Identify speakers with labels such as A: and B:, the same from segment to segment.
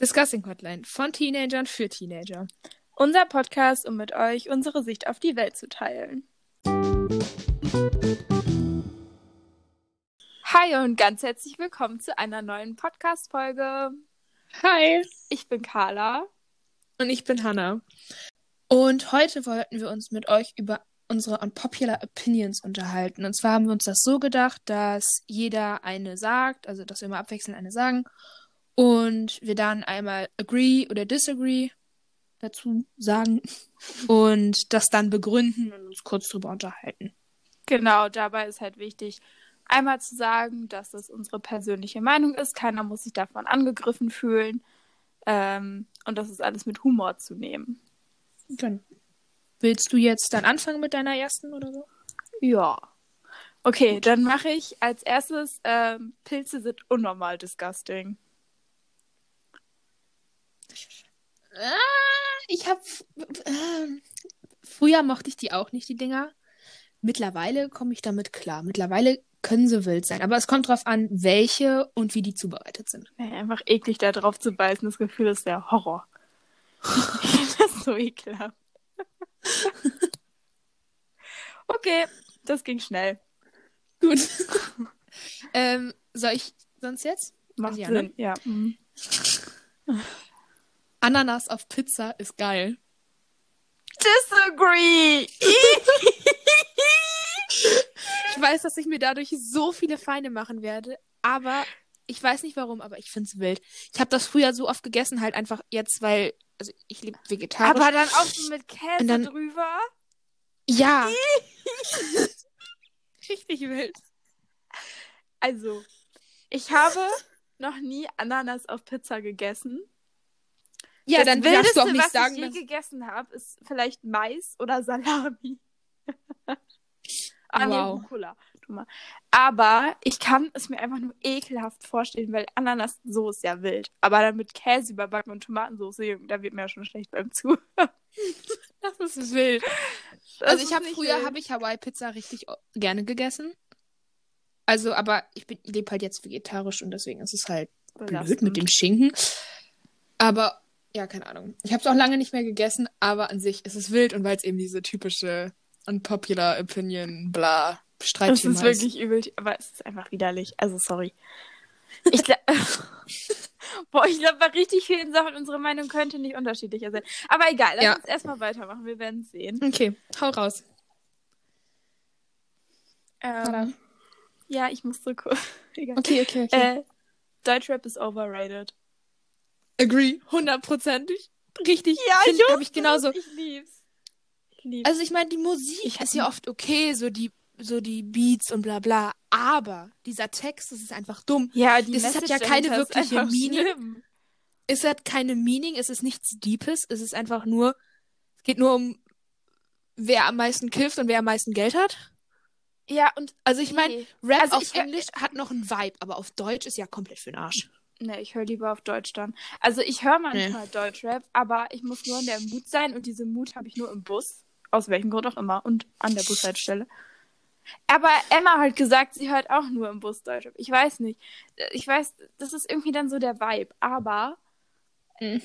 A: Discussing Hotline von Teenagern für Teenager.
B: Unser Podcast, um mit euch unsere Sicht auf die Welt zu teilen. Hi und ganz herzlich willkommen zu einer neuen Podcast-Folge.
A: Hi!
B: Ich bin Carla.
A: Und ich bin Hannah. Und heute wollten wir uns mit euch über unsere Unpopular Opinions unterhalten. Und zwar haben wir uns das so gedacht, dass jeder eine sagt, also dass wir immer abwechselnd eine sagen. Und wir dann einmal agree oder disagree dazu sagen. Und das dann begründen und uns kurz drüber unterhalten.
B: Genau, dabei ist halt wichtig, einmal zu sagen, dass das unsere persönliche Meinung ist. Keiner muss sich davon angegriffen fühlen. Ähm, und das ist alles mit Humor zu nehmen.
A: Genau. Willst du jetzt dann anfangen mit deiner ersten oder so?
B: Ja. Okay, dann mache ich als erstes, ähm, Pilze sind unnormal disgusting.
A: Ich habe ähm, früher mochte ich die auch nicht, die Dinger. Mittlerweile komme ich damit klar. Mittlerweile können sie wild sein, aber es kommt drauf an, welche und wie die zubereitet sind.
B: Nee, einfach eklig da drauf zu beißen, das Gefühl ist der Horror. ich finde das so ekelhaft. okay, das ging schnell.
A: Gut. ähm, soll ich sonst jetzt?
B: Macht
A: Ja, ne?
B: Sinn, ja. Mhm.
A: Ananas auf Pizza ist geil.
B: Disagree!
A: Ich weiß, dass ich mir dadurch so viele Feinde machen werde, aber ich weiß nicht warum, aber ich find's wild. Ich habe das früher so oft gegessen, halt einfach jetzt, weil also ich lebe vegetarisch.
B: Aber dann auch so mit Käse
A: Und dann-
B: drüber.
A: ja. Richtig wild.
B: Also, ich habe noch nie Ananas auf Pizza gegessen.
A: Ja,
B: das
A: dann darfst
B: Wildeste,
A: du auch nicht
B: was
A: sagen,
B: ich je
A: dass...
B: gegessen habe, ist vielleicht Mais oder Salami. ah,
A: Wow.
B: nee, Rucola. Dummer. Aber ich kann es mir einfach nur ekelhaft vorstellen, weil Ananas so ist ja wild. Aber dann mit Käse überbacken und Tomatensauce, Junge, da wird mir ja schon schlecht beim Zuhören.
A: das ist wild.
B: Das
A: also
B: ist
A: ich habe
B: nicht
A: früher
B: wild.
A: habe ich Hawaii Pizza richtig o- gerne gegessen. Also, aber ich bin lebe halt jetzt vegetarisch und deswegen ist es halt blöd mit dem Schinken. Aber ja, keine Ahnung. Ich habe es auch lange nicht mehr gegessen, aber an sich ist es wild und weil es eben diese typische unpopular opinion bla
B: Das
A: Streitthema
B: ist wirklich übel, aber es ist einfach widerlich. Also sorry. Ich glaub, Boah, ich glaube, bei richtig vielen Sachen unsere Meinung könnte nicht unterschiedlicher sein. Aber egal, lass
A: Ja.
B: uns erstmal weitermachen. Wir werden es sehen.
A: Okay, hau raus. Genau.
B: Ähm, ja, ich musste kurz. Egal.
A: Okay, okay, okay.
B: Äh, Deutschrap ist overrated.
A: Agree, hundertprozentig. Richtig. Find- hab ich genauso.
B: Ich lieb's. Ich lieb's.
A: Also ich meine, die Musik
B: Ich hab
A: ist ja oft okay, so die, so die Beats und bla bla, aber dieser Text, das ist einfach dumm.
B: ja, die
A: das hat
B: Message
A: ja keine
B: dahinter ist
A: wirkliche
B: einfach
A: Miene.
B: schlimm.
A: Es hat keine Meaning, es ist nichts Deepes, es ist einfach nur, es geht nur um, wer am meisten kifft und wer am meisten Geld hat.
B: Ja, und
A: Also ich äh, meine,
B: nee.
A: Rap
B: Also
A: auf
B: ich hör-
A: Englisch hat noch einen Vibe, aber auf Deutsch ist ja komplett für den Arsch.
B: Ne, ich höre lieber auf Deutsch dann. Also ich höre manchmal Deutschrap, aber ich muss nur in der Mut sein und diese Mut habe ich nur im Bus. Aus welchem Grund auch immer. Und an der Bushaltestelle. Aber Emma hat gesagt, sie hört auch nur im Bus Deutschrap. Ich weiß nicht. Ich weiß, das ist irgendwie dann so der Vibe. Aber
A: Mhm.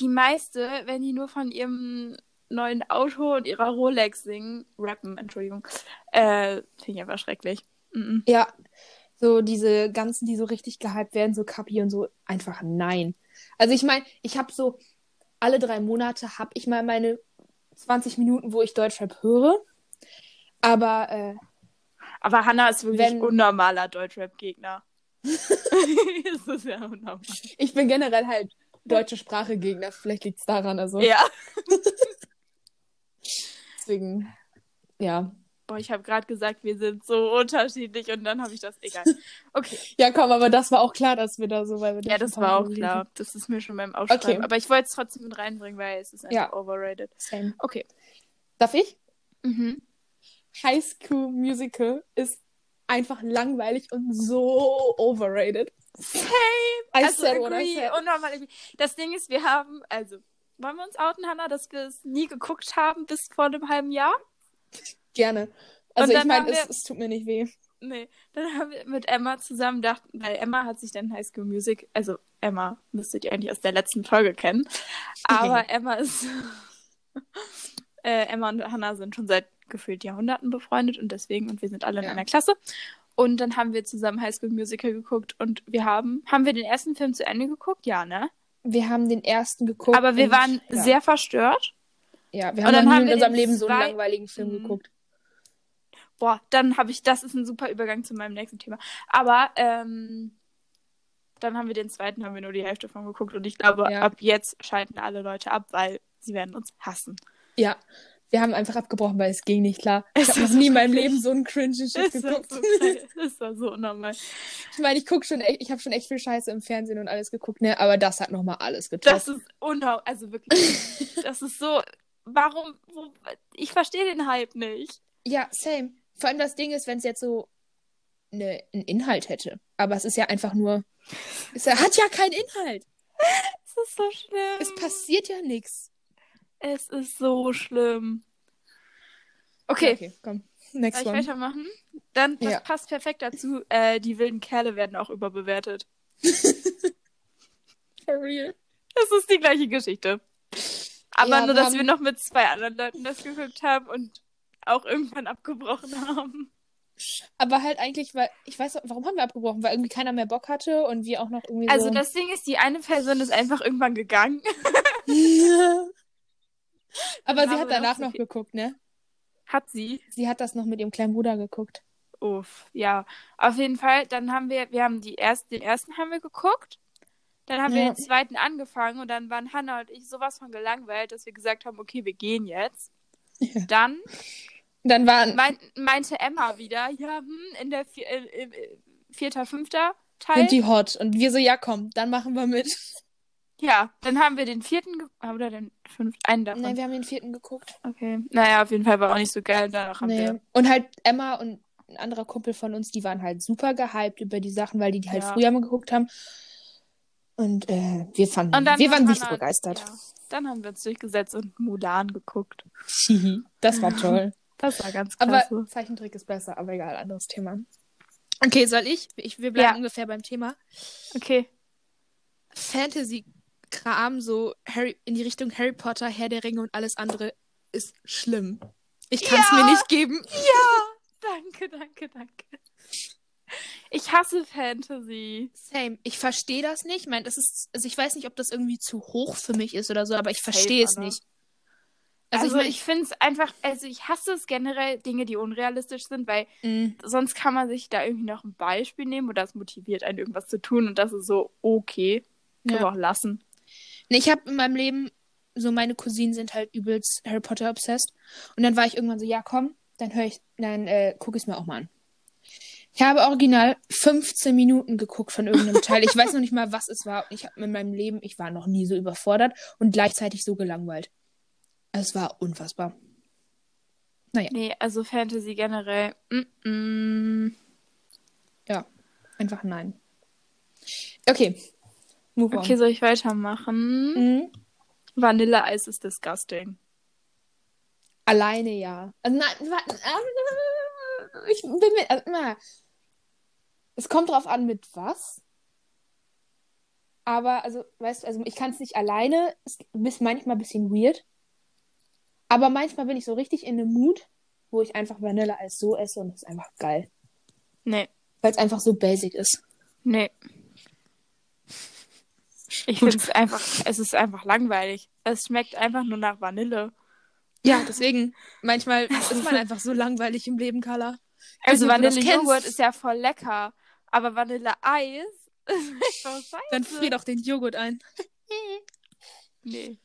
B: die meiste, wenn die nur von ihrem neuen Auto und ihrer Rolex singen, rappen, Entschuldigung, äh, finde ich einfach schrecklich. Mhm.
A: Ja, so diese ganzen, die so richtig gehypt werden, so Kapi und so, einfach nein. Also ich meine, ich habe so alle drei Monate habe ich mal meine 20 Minuten, wo ich Deutschrap höre. Aber äh,
B: Aber Hannah ist wirklich
A: Wenn-
B: unnormaler Deutschrap-Gegner. das ist ja unnormal.
A: ich bin generell halt deutsche Sprache Gegner. Vielleicht liegt es daran, also
B: Ja.
A: deswegen, ja.
B: Boah, ich habe gerade gesagt, wir sind so unterschiedlich und dann habe ich das egal. Okay.
A: Ja, komm, aber das war auch klar, dass wir da so, weil wir
B: ja, das war auch klar. Das ist mir schon beim Aufschreiben.
A: Okay.
B: Aber ich wollte es trotzdem mit reinbringen, weil es ist einfach
A: Ja.
B: overrated.
A: Same.
B: Okay.
A: Darf ich?
B: Mhm.
A: High School Musical ist einfach langweilig und so overrated.
B: Same.
A: I
B: also
A: said what I
B: agree.
A: said.
B: Unnormal agree. Das Ding ist, wir haben, also, wollen wir uns outen, Hannah, dass wir es nie geguckt haben bis vor einem halben Jahr?
A: Gerne. Also ich
B: dann
A: meine,
B: haben
A: es,
B: wir-
A: es tut mir nicht weh.
B: Nee, dann haben wir mit Emma zusammen gedacht, weil Emma hat sich dann High School Music, also Emma müsstet ihr eigentlich aus der letzten Folge kennen. Aber Emma ist. äh, Emma und Hannah sind schon seit gefühlt Jahrhunderten befreundet und deswegen, und wir sind alle in
A: Ja.
B: einer Klasse. Und dann haben wir zusammen High School Musical geguckt und wir haben. Haben wir den ersten Film zu Ende geguckt? Ja, ne?
A: Wir haben den ersten geguckt.
B: Aber wir
A: und-
B: waren
A: ja.
B: sehr verstört.
A: Ja, wir
B: Und
A: haben
B: dann
A: noch nie
B: haben
A: in
B: wir
A: unserem
B: den
A: Leben so einen
B: zweiten-
A: langweiligen Film
B: Mhm.
A: geguckt.
B: Boah, dann habe ich. Das ist ein super Übergang zu meinem nächsten Thema. Aber, ähm. Dann haben wir den zweiten, haben wir nur die Hälfte von geguckt und ich glaube,
A: Ja.
B: ab jetzt schalten alle Leute ab, weil sie werden uns hassen.
A: Ja. Wir haben einfach abgebrochen, weil es ging nicht klar. Ich
B: Es
A: habe
B: war
A: noch nie in meinem
B: wirklich-
A: Leben so einen cringe Shit
B: Das war
A: geguckt.
B: so, geil. das war so unnormal.
A: Ich meine, ich guck schon echt, ich habe schon echt viel Scheiße im Fernsehen und alles geguckt, ne? Aber das hat nochmal alles
B: Das
A: getroffen.
B: ist unnormal. Also wirklich. Das ist so. Warum? Wo, ich verstehe den Hype nicht.
A: ja, same. Vor allem das Ding ist, wenn es jetzt so ne, einen Inhalt hätte. Aber es ist ja einfach nur. Es hat ja keinen Inhalt.
B: Es ist so schlimm.
A: Es passiert ja nichts.
B: Es ist so schlimm. Okay,
A: Okay, komm.
B: soll
A: Next
B: ich
A: one.
B: weitermachen? Dann, das
A: Ja.
B: passt perfekt dazu. Äh, die wilden Kerle werden auch überbewertet.
A: For real.
B: Das ist die gleiche Geschichte. Aber
A: Ja,
B: nur,
A: wir
B: dass
A: haben-
B: wir noch mit zwei anderen Leuten das geguckt haben und auch irgendwann abgebrochen haben.
A: Aber halt eigentlich, weil, ich weiß, auch, warum haben wir abgebrochen? Weil irgendwie keiner mehr Bock hatte und wir auch noch irgendwie
B: Also
A: so...
B: das Ding ist, die eine Person ist einfach irgendwann gegangen.
A: Aber sie
B: haben wir
A: hat
B: noch
A: danach
B: so
A: noch
B: viel-
A: geguckt, ne?
B: Hat sie.
A: Sie hat das noch mit ihrem kleinen Bruder geguckt.
B: Uff, ja. Auf jeden Fall, dann haben wir, wir haben die ersten, den ersten haben wir geguckt. Dann haben wir
A: Ja.
B: den zweiten angefangen und dann waren Hannah und ich sowas von gelangweilt, dass wir gesagt haben, okay, wir gehen jetzt.
A: Ja.
B: Dann
A: Dann waren...
B: mein, meinte Emma wieder, ja, hm, in der vier, äh, im, äh, vierter, fünfter Teil.
A: Sind die hot? Und wir so, ja komm, dann machen wir mit.
B: Ja, dann haben wir den vierten ge- ah, oder den fünften, einen davon.
A: Nein, wir haben den vierten geguckt.
B: okay. Naja, auf jeden Fall war auch nicht so geil. Danach haben
A: Nee.
B: wir.
A: Und halt Emma und ein anderer Kumpel von uns, die waren halt super gehypt über die Sachen, weil die die halt
B: Ja.
A: früher mal geguckt haben. Und äh, wir fanden,
B: Und dann
A: wir waren
B: haben
A: nicht
B: Hannah-
A: begeistert.
B: Ja. Dann haben wir uns durchgesetzt und Mulan geguckt.
A: Hihi. das war toll.
B: Das war ganz
A: aber
B: klasse. Aber
A: Zeichentrick ist besser, aber egal, anderes Thema. Okay, soll ich? ich wir bleiben
B: Ja.
A: ungefähr beim Thema.
B: okay.
A: Fantasy-Kram, so Harry, in die Richtung Harry Potter, Herr der Ringe und alles andere, ist schlimm. Ich kann es
B: Ja.
A: mir nicht geben.
B: Ja, danke, danke, danke. Ich hasse Fantasy.
A: Same. Ich verstehe das nicht. Ich meine, das ist, also ich weiß nicht, ob das irgendwie zu hoch für mich ist oder so, aber ich
B: Safe,
A: verstehe es
B: Anna.
A: nicht. Also,
B: Also,
A: ich, mein,
B: ich, find's finde es einfach, also ich hasse es generell, Dinge, die unrealistisch sind, weil
A: Mm,
B: sonst kann man sich da irgendwie noch ein Beispiel nehmen oder es motiviert einen, irgendwas zu tun und das ist so okay. Können wir
A: ja.
B: auch lassen.
A: Nee, ich habe in meinem Leben, so meine Cousinen sind halt übelst Harry Potter obsessed. Und dann war ich irgendwann so, ja komm, dann höre ich, dann äh, gucke ich es mir auch mal an. Ich habe original 15 Minuten geguckt von irgendeinem Teil. Ich weiß noch nicht mal, was es war. Ich habe in meinem Leben, ich war noch nie so überfordert und gleichzeitig so gelangweilt. Es war unfassbar.
B: Nee, also Fantasy generell. Mm -mm.
A: Ja, einfach nein. Okay. Move
B: Okay,
A: on.
B: soll ich weitermachen?
A: Mhm.
B: Vanilleeis ist disgusting.
A: Alleine ja. Also nein, wa- ah, ich bin mir. Also, na, es kommt drauf an, mit was. Aber, also, weißt du, also ich kann es nicht alleine. Es ist manchmal ein bisschen weird. Aber manchmal bin ich so richtig in einem Mut, wo ich einfach Vanilleeis so esse und es ist einfach geil.
B: Nee,
A: Weil es einfach so basic ist.
B: nee. Ich
A: Gut.
B: finde es einfach, es ist einfach langweilig. Es schmeckt einfach nur nach Vanille.
A: Ja, deswegen. Manchmal ist man einfach so langweilig im Leben, Carla.
B: Also
A: nicht, ob du das
B: Vanillejoghurt
A: kennst.
B: ist ja voll lecker, aber Vanilleeis ist einfach scheiße.
A: Dann frier doch den Joghurt ein.
B: Nee.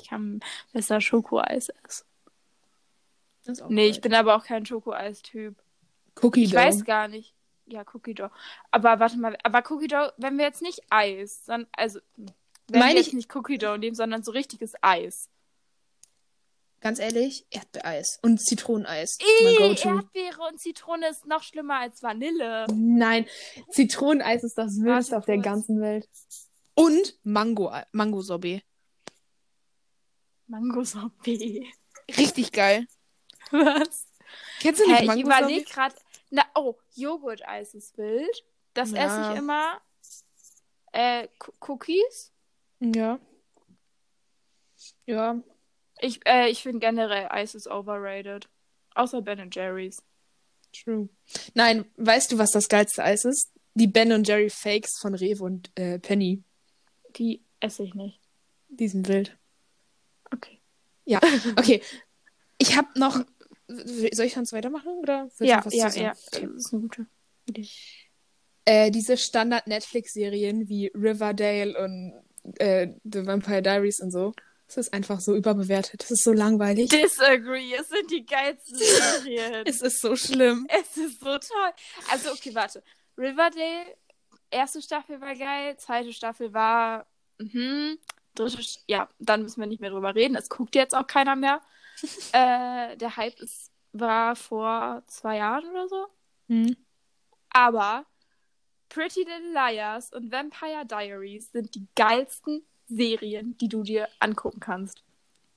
B: Ich kann besser Schokoeis essen.
A: Das ist auch
B: Nee, ich bin aber auch kein Schokoeistyp.
A: Cookie
B: Ich
A: Dough.
B: weiß gar nicht. Ja, Cookie Dough. Aber warte mal, aber Cookie Dough, wenn wir jetzt nicht Eis, dann, also, wenn
A: Meine
B: wir
A: ich-
B: jetzt nicht Cookie Dough nehmen, sondern so richtiges Eis.
A: Ganz ehrlich, Erdbeereis und Zitroneneis. Mein
B: Ih,
A: Go-To.
B: Erdbeere und Zitrone ist noch schlimmer als Vanille.
A: Nein, Zitroneneis ist das wildeste
B: Warte
A: auf der
B: kurz.
A: ganzen Welt. Und Mango, Mango-Sorbet.
B: Mango-Sorbet.
A: Richtig geil.
B: Was?
A: Kennst du nicht
B: Hä, ich überlege
A: Mango-Sorbet?
B: gerade. Na, oh, Joghurt-Eis ist wild. Das
A: Ja.
B: esse ich immer. äh, Cu- Cookies.
A: Ja. Ja.
B: Ich, äh, ich finde generell Eis ist overrated. Außer Ben Jerry's.
A: True. Nein, weißt du, was das geilste Eis ist? Die Ben und Jerry Fakes von Rewe und äh, Penny.
B: Die esse ich nicht.
A: Die sind wild.
B: Okay.
A: Ja, okay. Ich habe noch. Soll ich sonst weitermachen? Oder willst du
B: ja,
A: noch was
B: ja,
A: zu sagen?
B: ja. Das ist eine gute Idee.
A: Äh, diese Standard-Netflix-Serien wie Riverdale und äh, The Vampire Diaries und so. Das ist einfach so überbewertet. Das ist so langweilig.
B: Disagree. Es sind die geilsten Serien.
A: Es ist so schlimm.
B: Es ist so toll. Also, okay, warte. Riverdale, erste Staffel war geil, zweite Staffel war. Mhm, dritte, Sch- ja, dann müssen wir nicht mehr drüber reden. Es guckt jetzt auch keiner mehr. äh, der Hype ist, war vor zwei Jahren oder so.
A: Hm.
B: Aber Pretty Little Liars und Vampire Diaries sind die geilsten Serien, die du dir angucken kannst.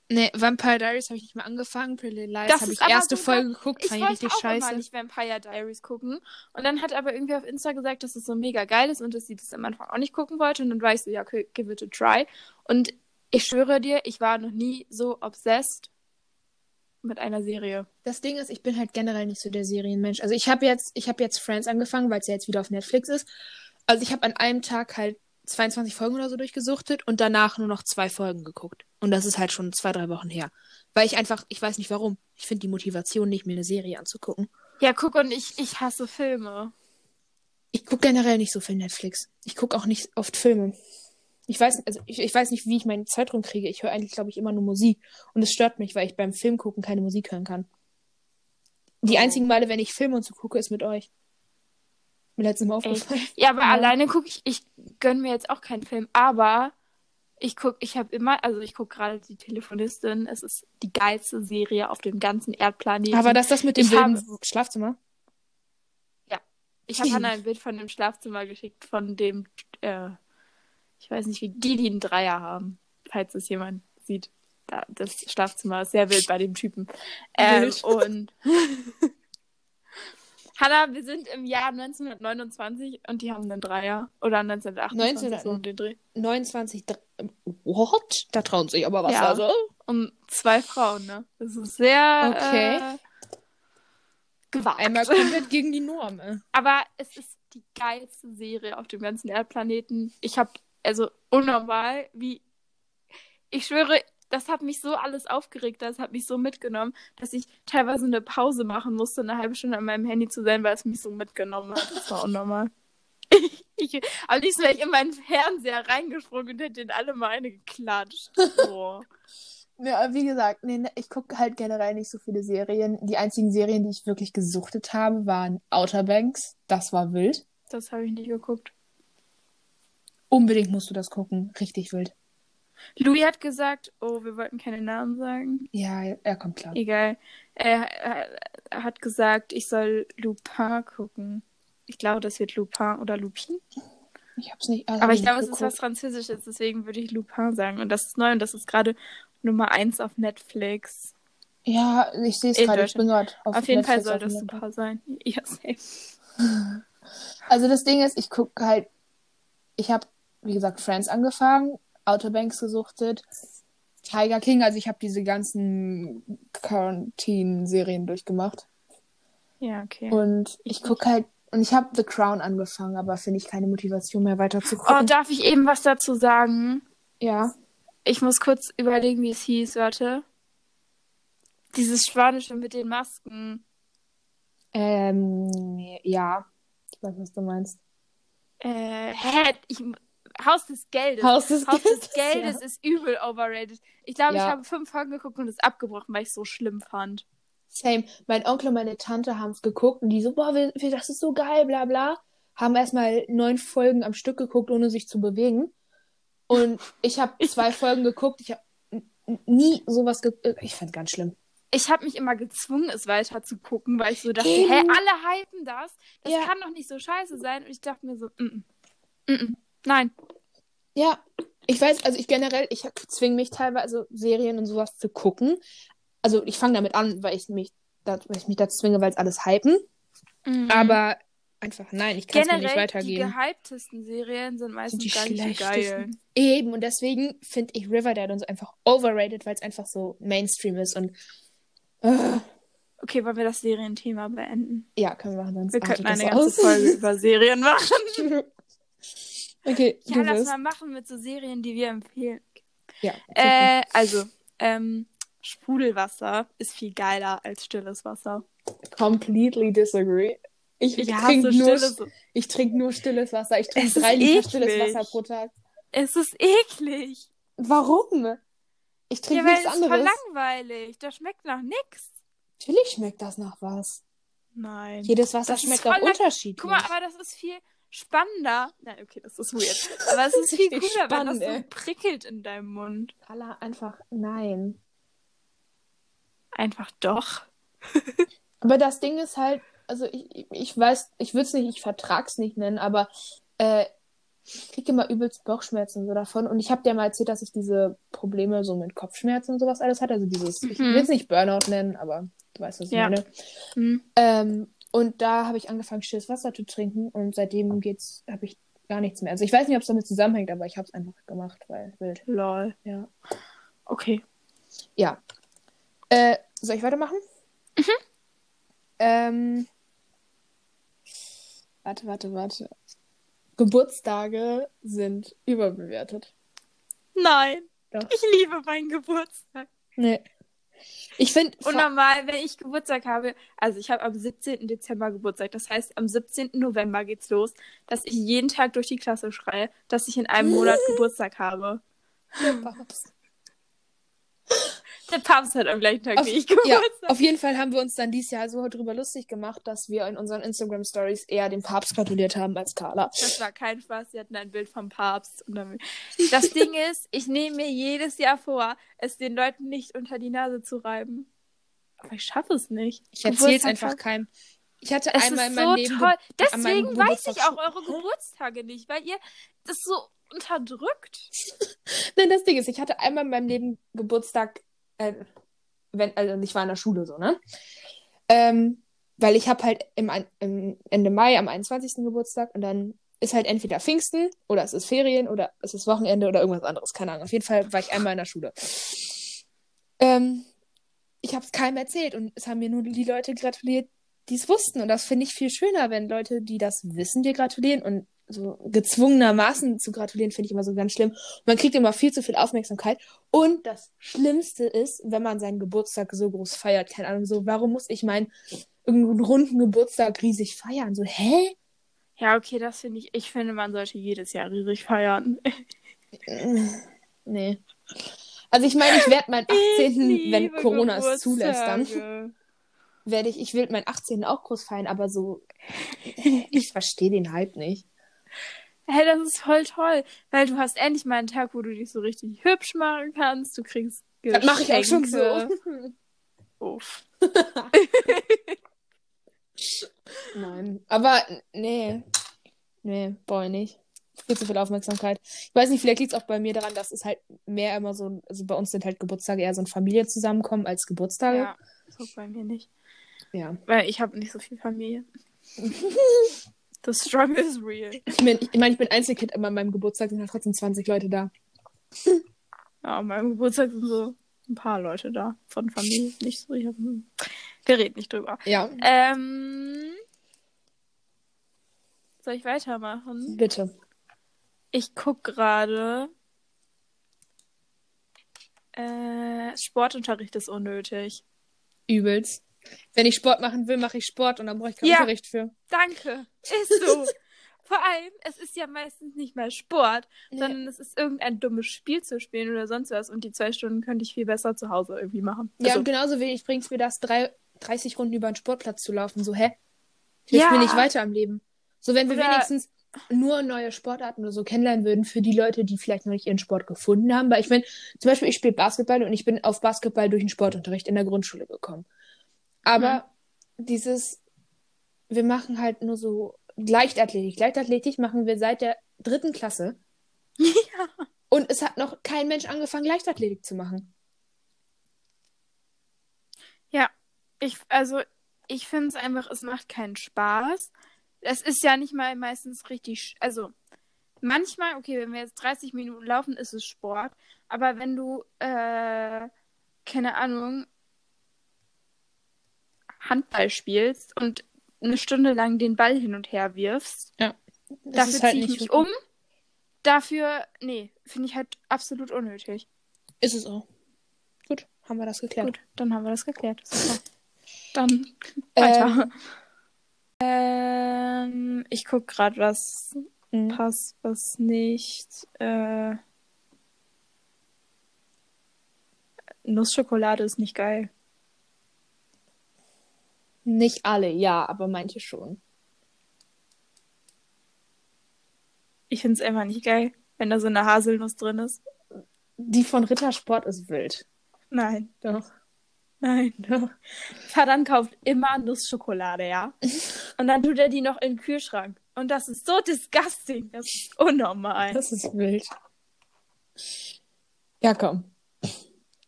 A: Nee, Vampire Diaries habe ich nicht mal angefangen. Pretty Little Lies
B: Das
A: habe
B: ist
A: ich
B: aber
A: erste
B: so
A: Folge geguckt,
B: Ich
A: fand ich
B: wollte
A: richtig
B: auch immer
A: scheiße.
B: nicht Vampire Diaries gucken. Und dann hat aber irgendwie auf Insta gesagt, dass es so mega geil ist und dass sie das am Anfang auch nicht gucken wollte. Und dann war ich so, ja, okay, give it a try. Und ich schwöre dir, ich war noch nie so obsessed mit einer Serie.
A: Das Ding ist, ich bin halt generell nicht so der Serienmensch. Also ich habe jetzt, ich habe jetzt Friends angefangen, weil es ja jetzt wieder auf Netflix ist. Also ich habe an einem Tag halt 22 Folgen oder so durchgesuchtet und danach nur noch zwei Folgen geguckt. Und das ist halt schon zwei, drei Wochen her. Weil ich einfach, ich weiß nicht warum. Ich finde die Motivation nicht, mir eine Serie anzugucken.
B: Ja, guck, und ich, ich hasse Filme.
A: Ich gucke generell nicht so viel Netflix. Ich gucke auch nicht oft Filme. Ich weiß, also ich, ich weiß nicht, wie ich meinen Zeitraum kriege. Ich höre eigentlich, glaube ich, immer nur Musik. Und es stört mich, weil ich beim Film gucken keine Musik hören kann. Die einzigen Male, wenn ich Filme und so gucke, ist mit euch. Mir letztens mal aufgefallen.
B: Ja, aber
A: Ja.
B: alleine gucke ich, ich gönn mir jetzt auch keinen Film. Aber ich guck, ich habe immer, also ich gucke gerade die Telefonistin. Es ist die geilste Serie auf dem ganzen Erdplaneten.
A: Aber das, das mit dem
B: Ich
A: wilden Schlafzimmer.
B: Ich habe Hannah ein Bild von dem Schlafzimmer geschickt, von dem, äh, ich weiß nicht, wie die, die einen Dreier haben, falls es jemand sieht. Da, das Schlafzimmer ist sehr wild bei dem Typen. Ähm,
A: Wild.
B: und Hannah, wir sind im Jahr 1929 und die haben einen Dreier. Oder 1928,
A: 1900.
B: so um den Dreh.
A: 29, dr- what? Da trauen sich aber was.
B: Ja.
A: Also.
B: Und Um zwei Frauen, ne? Das ist sehr
A: Okay.
B: äh, gewagt.
A: Einmal komplett gegen die Norm. äh. Ey.
B: Aber es ist die geilste Serie auf dem ganzen Erdplaneten. Ich habe also unnormal, wie ich schwöre, das hat mich so alles aufgeregt, das hat mich so mitgenommen, dass ich teilweise eine Pause machen musste, eine halbe Stunde an meinem Handy zu sein, weil es mich so mitgenommen hat. Das war unnormal. Ich, ich, am liebsten wäre ich in meinen Fernseher reingesprungen und hätte den alle mal eine geklatscht. So.
A: Ja, wie gesagt, nee, ne- ich gucke halt generell nicht so viele Serien. Die einzigen Serien, die ich wirklich gesuchtet habe, waren Outer Banks. Das war wild.
B: Das habe ich nicht geguckt.
A: Unbedingt musst du das gucken. Richtig wild.
B: Louis hat gesagt, oh, wir wollten keine Namen sagen.
A: Ja, er kommt klar.
B: Egal. Er, er, er hat gesagt, ich soll Lupin gucken. Ich glaube, das wird Lupin oder Lupin.
A: Ich hab's nicht. also
B: Aber ich
A: nicht
B: glaube, es ist
A: geguckt.
B: was Französisches, deswegen würde ich Lupin sagen. Und das ist neu und das ist gerade Nummer 1 auf Netflix.
A: Ja, ich sehe es
B: In
A: gerade. Ich bin gerade auf,
B: Auf, jeden Fall
A: Netflix
B: soll
A: auf dem
B: das
A: Laptop.
B: super sein. Ja, safe.
A: Also das Ding ist, ich gucke halt. Ich habe, wie gesagt, Friends angefangen, Outer Banks gesuchtet, Tiger King. Also ich habe diese ganzen Quarantine-Serien durchgemacht.
B: Ja, okay.
A: Und ich gucke halt, und ich habe The Crown angefangen, aber finde ich keine Motivation mehr weiter zu
B: Oh,
A: gucken.
B: darf ich eben was dazu sagen?
A: ja.
B: Ich muss kurz überlegen, wie es hieß. Warte. Dieses Spanische mit den Masken.
A: Ähm, ja. Ich weiß, was du meinst.
B: Äh, hä? Ich, Haus des Geldes.
A: Haus des
B: Haus des
A: Geldes,
B: Geldes ist übel overrated. Ich glaube,
A: Ja.
B: ich habe fünf Folgen geguckt und es abgebrochen, weil ich es so schlimm fand.
A: Same. Mein Onkel und meine Tante haben es geguckt und die so, boah, wir, wir, das ist so geil, bla bla. Haben erstmal neun Folgen am Stück geguckt, ohne sich zu bewegen. Und ich habe zwei Folgen geguckt. Ich habe nie sowas ge äh, Ich fand ganz schlimm.
B: Ich habe mich immer gezwungen, es weiter zu gucken, weil ich so dachte,
A: Eben.
B: hä, alle hypen das. Das
A: Ja.
B: kann doch nicht so scheiße sein. Und ich dachte mir so, mm -mm, mm -mm, nein.
A: Ja, ich weiß, also ich generell, ich zwinge mich teilweise also Serien und sowas zu gucken. Also ich fange damit an, weil ich mich, da, weil ich mich dazu zwinge, weil es alles hypen.
B: Mhm.
A: Aber einfach nein, ich kann es mir nicht
B: die
A: weitergeben.
B: gehyptesten Serien sind meistens
A: die
B: gar nicht so geil.
A: schlechtesten. Eben, und deswegen finde ich Riverdale und so einfach overrated, weil es einfach so Mainstream ist und Ugh.
B: Okay, wollen wir das Serienthema beenden?
A: ja, können wir machen, sonst
B: Wir
A: artet
B: könnten eine
A: das
B: ganze Folge über Serien machen.
A: aus. okay,
B: Ja,
A: du
B: lass
A: bist.
B: mal machen mit so Serien, die wir empfehlen.
A: Ja, okay.
B: Äh, also, ähm, Sprudelwasser ist viel geiler als stilles Wasser.
A: completely disagree. Ich, ich trinke nur, ich trink nur stilles Wasser. Ich
B: Es
A: trinke
B: ist
A: drei Liter stilles
B: eklig.
A: Wasser pro Tag.
B: Es ist eklig.
A: Warum? Ich
B: Ja,
A: trinke
B: weil es
A: nichts
B: ist voll
A: anderes.
B: langweilig. Das schmeckt nach nix.
A: Natürlich schmeckt das nach was.
B: Nein.
A: Jedes Wasser
B: Das ist
A: schmeckt
B: voll
A: auch
B: lang-
A: unterschiedlich.
B: Guck mal, aber das ist viel spannender. Nein, okay, das ist weird. Aber es ist viel
A: Richtig
B: cooler, wenn
A: spannend,
B: das
A: ey.
B: so prickelt in deinem Mund.
A: Alla, einfach nein.
B: Einfach doch.
A: Aber das Ding ist halt, also ich, ich weiß, ich würde es nicht, ich vertrag's nicht nennen, aber äh, ich kriege immer übelst Bauchschmerzen so davon. Und ich habe dir mal erzählt, dass ich diese Probleme so mit Kopfschmerzen und sowas alles hatte. Also dieses, ich
B: Mhm.
A: will es nicht Burnout nennen, aber du weißt, was ich
B: Ja.
A: meine.
B: Hm.
A: Ähm, und da habe ich angefangen, stilles Wasser zu trinken und seitdem geht's, habe ich gar nichts mehr. Also ich weiß nicht, ob es damit zusammenhängt, aber ich habe es einfach gemacht, weil wild.
B: Lol.
A: Ja.
B: Okay.
A: Ja. Äh, soll ich weitermachen? Ähm, warte, warte, warte. Geburtstage sind überbewertet.
B: Nein.
A: Doch.
B: Ich liebe meinen Geburtstag.
A: Nee. Ich finde.
B: Und normal, wenn ich Geburtstag habe, also ich habe am 17. Dezember Geburtstag, das heißt, am 17. November geht's los, dass ich jeden Tag durch die Klasse schreie, dass ich in einem Monat Geburtstag habe. Der Papst hat am gleichen Tag
A: Auf-
B: wie ich
A: Ja,
B: Geburtstag.
A: auf jeden Fall haben wir uns dann dieses Jahr so drüber lustig gemacht, dass wir in unseren Instagram-Stories eher dem Papst gratuliert haben als Carla.
B: Das war kein Spaß, sie hatten ein Bild vom Papst. Und dann... Das Ding ist, ich nehme mir jedes Jahr vor, es den Leuten nicht unter die Nase zu reiben. Aber ich schaffe es nicht.
A: Ich erzähle es
B: Geburtstag
A: einfach keinem. Ich hatte
B: halt Es
A: einmal
B: ist
A: in
B: so
A: meinem Leben.
B: toll.
A: an meinem
B: Deswegen weiß
A: Geburtstag
B: ich auch
A: schon-
B: eure Geburtstage nicht, weil ihr das so unterdrückt.
A: Nein, das Ding ist, ich hatte einmal in meinem Leben Geburtstag, äh, wenn, also ich war in der Schule so, ne? Ähm, weil ich habe halt im, ein- im Ende Mai am 21. Geburtstag und dann ist halt entweder Pfingsten oder es ist Ferien oder es ist Wochenende oder irgendwas anderes, keine Ahnung. Auf jeden Fall war ich einmal in der Schule. Ähm, ich habe es keinem erzählt und es haben mir nur die Leute gratuliert, die es wussten. Und das finde ich viel schöner, wenn Leute, die das wissen, dir gratulieren und so gezwungenermaßen zu gratulieren, finde ich immer so ganz schlimm. Man kriegt immer viel zu viel Aufmerksamkeit. Und das Schlimmste ist, wenn man seinen Geburtstag so groß feiert. Keine Ahnung, so, warum muss ich meinen irgendeinen runden Geburtstag riesig feiern? So, hä?
B: Ja, okay, das finde ich. Ich finde, man sollte jedes Jahr riesig feiern.
A: Nee. Also ich meine, ich werde meinen 18., wenn
B: liebe
A: Corona es zulässt, dann
B: Geburtstage.
A: werde ich, ich will meinen 18. auch groß feiern, aber so, ich verstehe den Hype nicht.
B: Hey, das ist voll toll, weil du hast endlich mal einen Tag, wo du dich so richtig hübsch machen kannst. Du kriegst
A: Das mache ich auch schon so.
B: Geschenke. Uff.
A: Nein. Aber nee. Nee, boy, nicht. Viel zu viel Aufmerksamkeit. Ich weiß nicht, vielleicht liegt es auch bei mir daran, dass es halt mehr immer so, ein- also bei uns sind halt Geburtstage eher so ein Familienzusammenkommen als Geburtstage.
B: Ja, so bei mir nicht,
A: Ja.
B: weil ich habe nicht so viel Familie. The struggle is real.
A: Ich meine, ich, mein, ich bin Einzelkind, aber an meinem Geburtstag sind halt trotzdem 20 Leute da.
B: Ja, an meinem Geburtstag sind so ein paar Leute da von Familie. Nicht so, ich hab, wir reden nicht drüber.
A: Ja.
B: Ähm, soll ich weitermachen?
A: Bitte.
B: Ich guck gerade. Äh, Sportunterricht ist unnötig.
A: Übelst. Wenn ich Sport machen will, mache ich Sport und dann brauche ich keinen
B: Ja.
A: Unterricht für.
B: Danke. Ist so. Vor allem, es ist ja meistens nicht mal Sport,
A: Nee.
B: sondern es ist irgendein dummes Spiel zu spielen oder sonst was. Und die zwei Stunden könnte ich viel besser zu Hause irgendwie machen.
A: Ja,
B: Also,
A: und genauso wenig bringt es mir das, drei, 30 Runden über den Sportplatz zu laufen. So, hä? Hilft
B: Ja.
A: mir nicht weiter am Leben. So, wenn wir
B: Oder-
A: wenigstens nur neue Sportarten oder so kennenlernen würden für die Leute, die vielleicht noch nicht ihren Sport gefunden haben. Weil ich meine, zum Beispiel, ich spiele Basketball und ich bin auf Basketball durch den Sportunterricht in der Grundschule gekommen. Aber
B: Mhm.
A: dieses, wir machen halt nur so Leichtathletik. Leichtathletik machen wir seit der dritten Klasse. Und es hat noch kein Mensch angefangen, Leichtathletik zu machen.
B: ich, also, ich finde es einfach, es macht keinen Spaß. Das ist ja nicht mal meistens richtig. sch- Also, manchmal, okay, wenn wir jetzt 30 Minuten laufen, ist es Sport. Aber wenn du, äh, keine Ahnung, Handball spielst und eine Stunde lang den Ball hin und her wirfst,
A: Das
B: dafür ziehe ich mich um. Dafür, nee, finde ich halt absolut unnötig.
A: Ist es auch. Gut, haben wir das geklärt.
B: Gut, dann haben wir das geklärt. Super. Dann weiter. Ähm, ich gucke gerade, was
A: Mhm.
B: passt, was nicht. Äh, Nussschokolade ist nicht geil.
A: Nicht alle, ja, aber manche schon.
B: Ich finde es einfach nicht geil, wenn da so eine Haselnuss drin ist.
A: Die von Rittersport ist wild.
B: Nein,
A: Doch.
B: nein. Verdammt kauft immer Nussschokolade, ja? Und dann tut er die noch in den Kühlschrank. Und das ist so disgusting. Das ist unnormal.
A: Das ist wild. Ja, komm.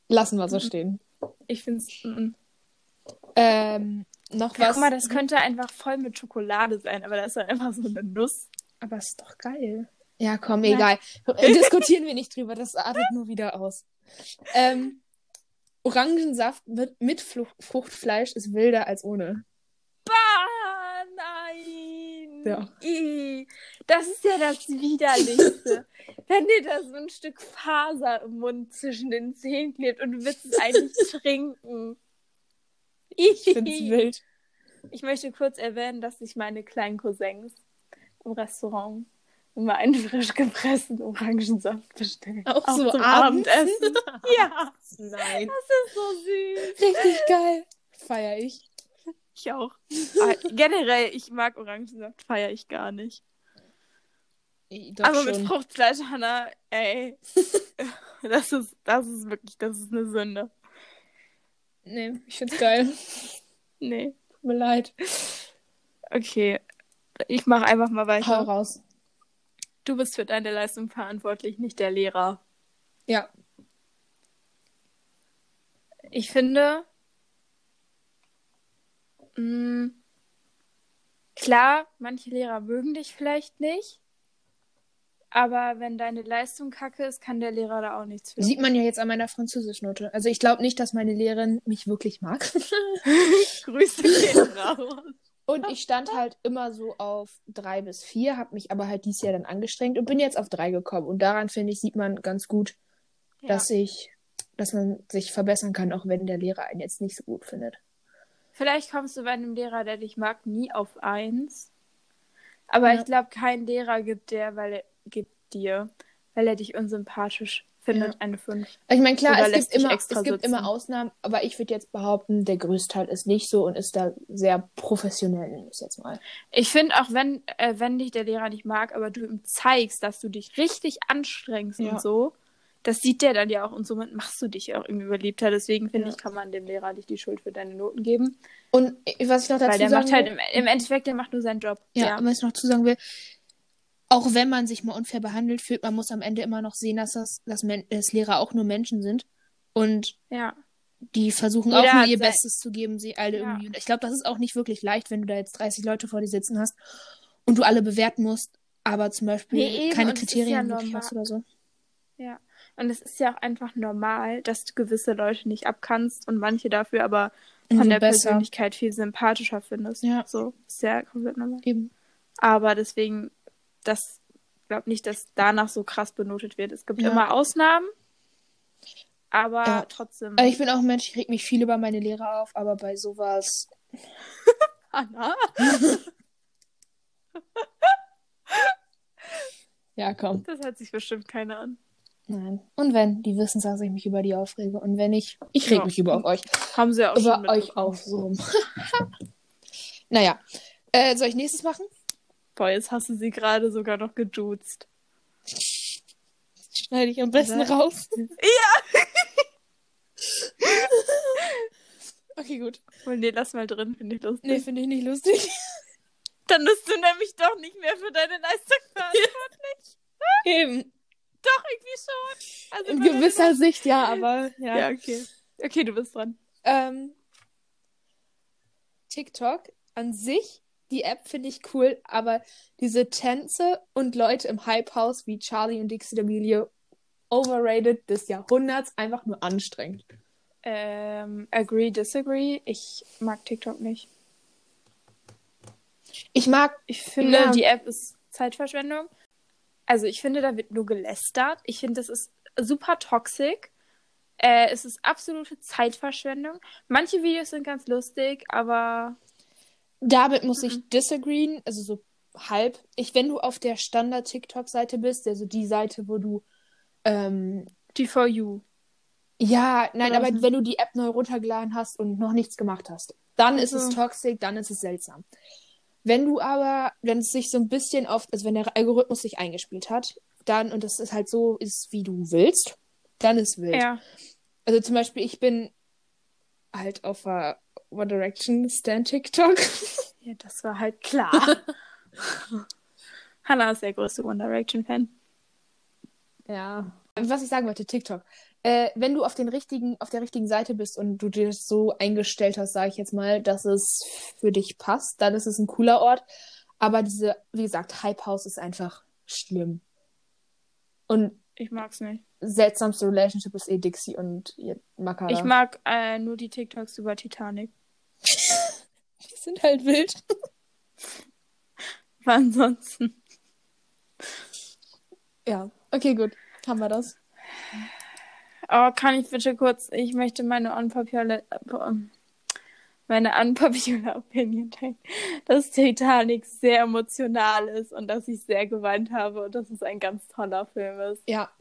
A: Lassen wir so stehen.
B: Ich mm, finde es.
A: Ähm, noch
B: Ja,
A: was.
B: Guck mal, das könnte einfach voll mit Schokolade sein, aber da ist dann einfach so eine Nuss.
A: aber ist doch geil. Ja, komm,
B: Nein.
A: egal. Äh, Diskutieren wir nicht drüber, das artet nur wieder aus. Ähm, Orangensaft mit, mit Flu- Fruchtfleisch ist wilder als ohne.
B: Ah, nein!
A: Ja.
B: Ih, das ist ja das Widerlichste. Wenn dir da so ein Stück Faser im Mund zwischen den Zähnen klebt und du willst es eigentlich trinken.
A: Ich find's wild.
B: Ich möchte kurz erwähnen, dass ich meine kleinen Cousins im Restaurant immer einen frisch gepressten Orangensaft bestelle.
A: Auch
B: Auch
A: so
B: zum
A: abends?
B: Abendessen. ja,
A: Nein.
B: das ist so süß.
A: Richtig geil. Feier ich.
B: Ich auch. Ah, generell, ich mag Orangensaft, feiere ich gar nicht.
A: Doch
B: Aber
A: schon.
B: mit Fruchtfleisch, Hanna, ey. das, ist, das ist wirklich, das ist eine Sünde.
A: Nee, ich find's geil.
B: Nee.
A: Tut mir leid.
B: Okay. Ich mache einfach mal
A: Hau
B: weiter.
A: raus.
B: Du bist für deine Leistung verantwortlich, nicht der Lehrer.
A: Ja.
B: Ich finde. Mh, mm, klar, manche Lehrer mögen dich vielleicht nicht. Aber wenn deine Leistung kacke ist, kann der Lehrer da auch nichts für.
A: Sieht man ja jetzt an meiner Französischnote. Also ich glaube nicht, dass meine Lehrerin mich wirklich mag.
B: Grüße gehen raus.
A: Und ich stand halt immer so auf drei bis vier, habe mich aber halt dieses Jahr dann angestrengt und bin jetzt auf drei gekommen. Und daran, finde ich, sieht man ganz gut, dass ich, dass man sich verbessern kann, auch wenn der Lehrer einen jetzt nicht so gut findet.
B: Vielleicht kommst du bei einem Lehrer, der dich mag, nie auf eins. Aber
A: Ja.
B: ich glaube, kein Lehrer gibt dir, weil er gibt dir, weil er dich unsympathisch findet,
A: Ja.
B: eine 5.
A: Ich meine, klar,
B: Oder
A: es
B: lässt
A: gibt,
B: dich
A: immer,
B: extra
A: es gibt
B: sitzen.
A: immer Ausnahmen, aber ich würde jetzt behaupten, der Größteil ist nicht so und ist da sehr professionell, nenne ich es jetzt mal.
B: Ich finde, auch wenn, äh, wenn dich der Lehrer nicht mag, aber du ihm zeigst, dass du dich richtig anstrengst
A: Ja.
B: und so, das sieht der dann ja auch und somit machst du dich auch irgendwie beliebter. Deswegen finde
A: Ja.
B: ich, kann man dem Lehrer nicht die Schuld für deine Noten geben.
A: Und äh, was ich noch dazu
B: weil der
A: sagen
B: macht halt
A: will,
B: im, im Endeffekt, der macht nur seinen Job.
A: Ja, was ich noch zusagen will, auch wenn man sich mal unfair behandelt fühlt, man muss am Ende immer noch sehen, dass das, dass, Men dass Lehrer auch nur Menschen sind und
B: ja.
A: die versuchen
B: Jeder
A: auch nur
B: hat
A: ihr
B: sein-
A: Bestes zu geben, sie alle
B: Ja.
A: irgendwie. Und ich glaube, das ist auch nicht wirklich leicht, wenn du da jetzt 30 Leute vor dir sitzen hast und du alle bewerten musst, aber zum Beispiel
B: Nee, eben,
A: keine
B: und es ist ja
A: Kriterien wirklich
B: normal.
A: hast oder so.
B: Ja, und es ist ja auch einfach normal, dass du gewisse Leute nicht abkannst und manche dafür aber von
A: Umso
B: der
A: besser.
B: Persönlichkeit viel sympathischer findest.
A: Ja.
B: So, ist ja komplett normal.
A: Eben.
B: Aber deswegen, das, ich glaube nicht, dass danach so krass benotet wird. Es gibt
A: Ja.
B: immer Ausnahmen, aber
A: Ja.
B: trotzdem.
A: Also ich bin auch ein Mensch, ich reg mich viel über meine Lehrer auf, aber bei sowas.
B: Anna?
A: Ja, komm.
B: Das hört sich bestimmt keiner an.
A: Nein. Und wenn, die wissen, dass ich mich über die aufrege. Und wenn nicht, ich reg
B: Ja.
A: mich über auf euch.
B: Haben sie ja auch schon
A: über euch
B: mitbekommen.
A: auf. So. rum. naja. Äh, soll ich nächstes machen?
B: Boah, jetzt hast du sie gerade sogar noch geduzt.
A: Schneide ich am besten
B: Oder-
A: raus. Ja! okay, gut.
B: Oh, nee, lass mal drin, finde ich lustig.
A: Nee, finde ich nicht lustig.
B: Dann bist du nämlich doch nicht mehr für deine Leistung verantwortlich.
A: Eben.
B: Doch, irgendwie schon. Also
A: In
B: nur, wenn du
A: gewisser Sicht, ja, aber ja.
B: Ja. okay. Okay, du bist dran.
A: Ähm, TikTok an sich die App finde ich cool, aber diese Tänze und Leute im Hype House wie Charlie und Dixie D'Amelio overrated des Jahrhunderts, einfach nur anstrengend.
B: Ähm, agree, disagree. Ich mag TikTok nicht.
A: Ich mag,
B: Ich finde,
A: Ja.
B: die App ist Zeitverschwendung. Also ich finde, da wird nur gelästert. Ich finde, das ist super toxisch. Äh, es ist absolute Zeitverschwendung. Manche Videos sind ganz lustig, aber
A: damit muss ich disagreeen, also so halb. Ich, wenn du auf der Standard-TikTok-Seite bist, also die Seite, wo du ähm,
B: die For You.
A: Ja, nein,
B: Oder
A: aber
B: so.
A: wenn du die App neu runtergeladen hast und noch nichts gemacht hast, dann ist es
B: Also.
A: toxisch, dann ist es seltsam. Wenn du aber, wenn es sich so ein bisschen auf, also wenn der Algorithmus sich eingespielt hat, dann, und das ist halt so ist, wie du willst, dann ist wild.
B: Ja.
A: Also zum Beispiel, ich bin halt auf der One Direction Stan TikTok.
B: ja, das war halt klar. Hannah ist der größte One Direction Fan.
A: Ja. Was ich sagen wollte, TikTok. Äh, wenn du auf den richtigen, auf der richtigen Seite bist und du dir das so eingestellt hast, sage ich jetzt mal, dass es für dich passt, dann ist es ein cooler Ort. Aber diese, wie gesagt, Hype House ist einfach schlimm. Und
B: Ich mag's nicht.
A: seltsamste Relationship ist eh Dixie und ihr Makara.
B: Ich mag äh, nur die TikToks über Titanic.
A: die sind halt wild.
B: Aber ansonsten.
A: Ja. Okay, gut. Haben wir das.
B: Oh, kann ich bitte kurz, ich möchte meine unpopular, ähm, meine unpopular Opinion teilen, dass Titanic sehr emotional ist und dass ich sehr geweint habe und dass es ein ganz toller Film ist.
A: Ja.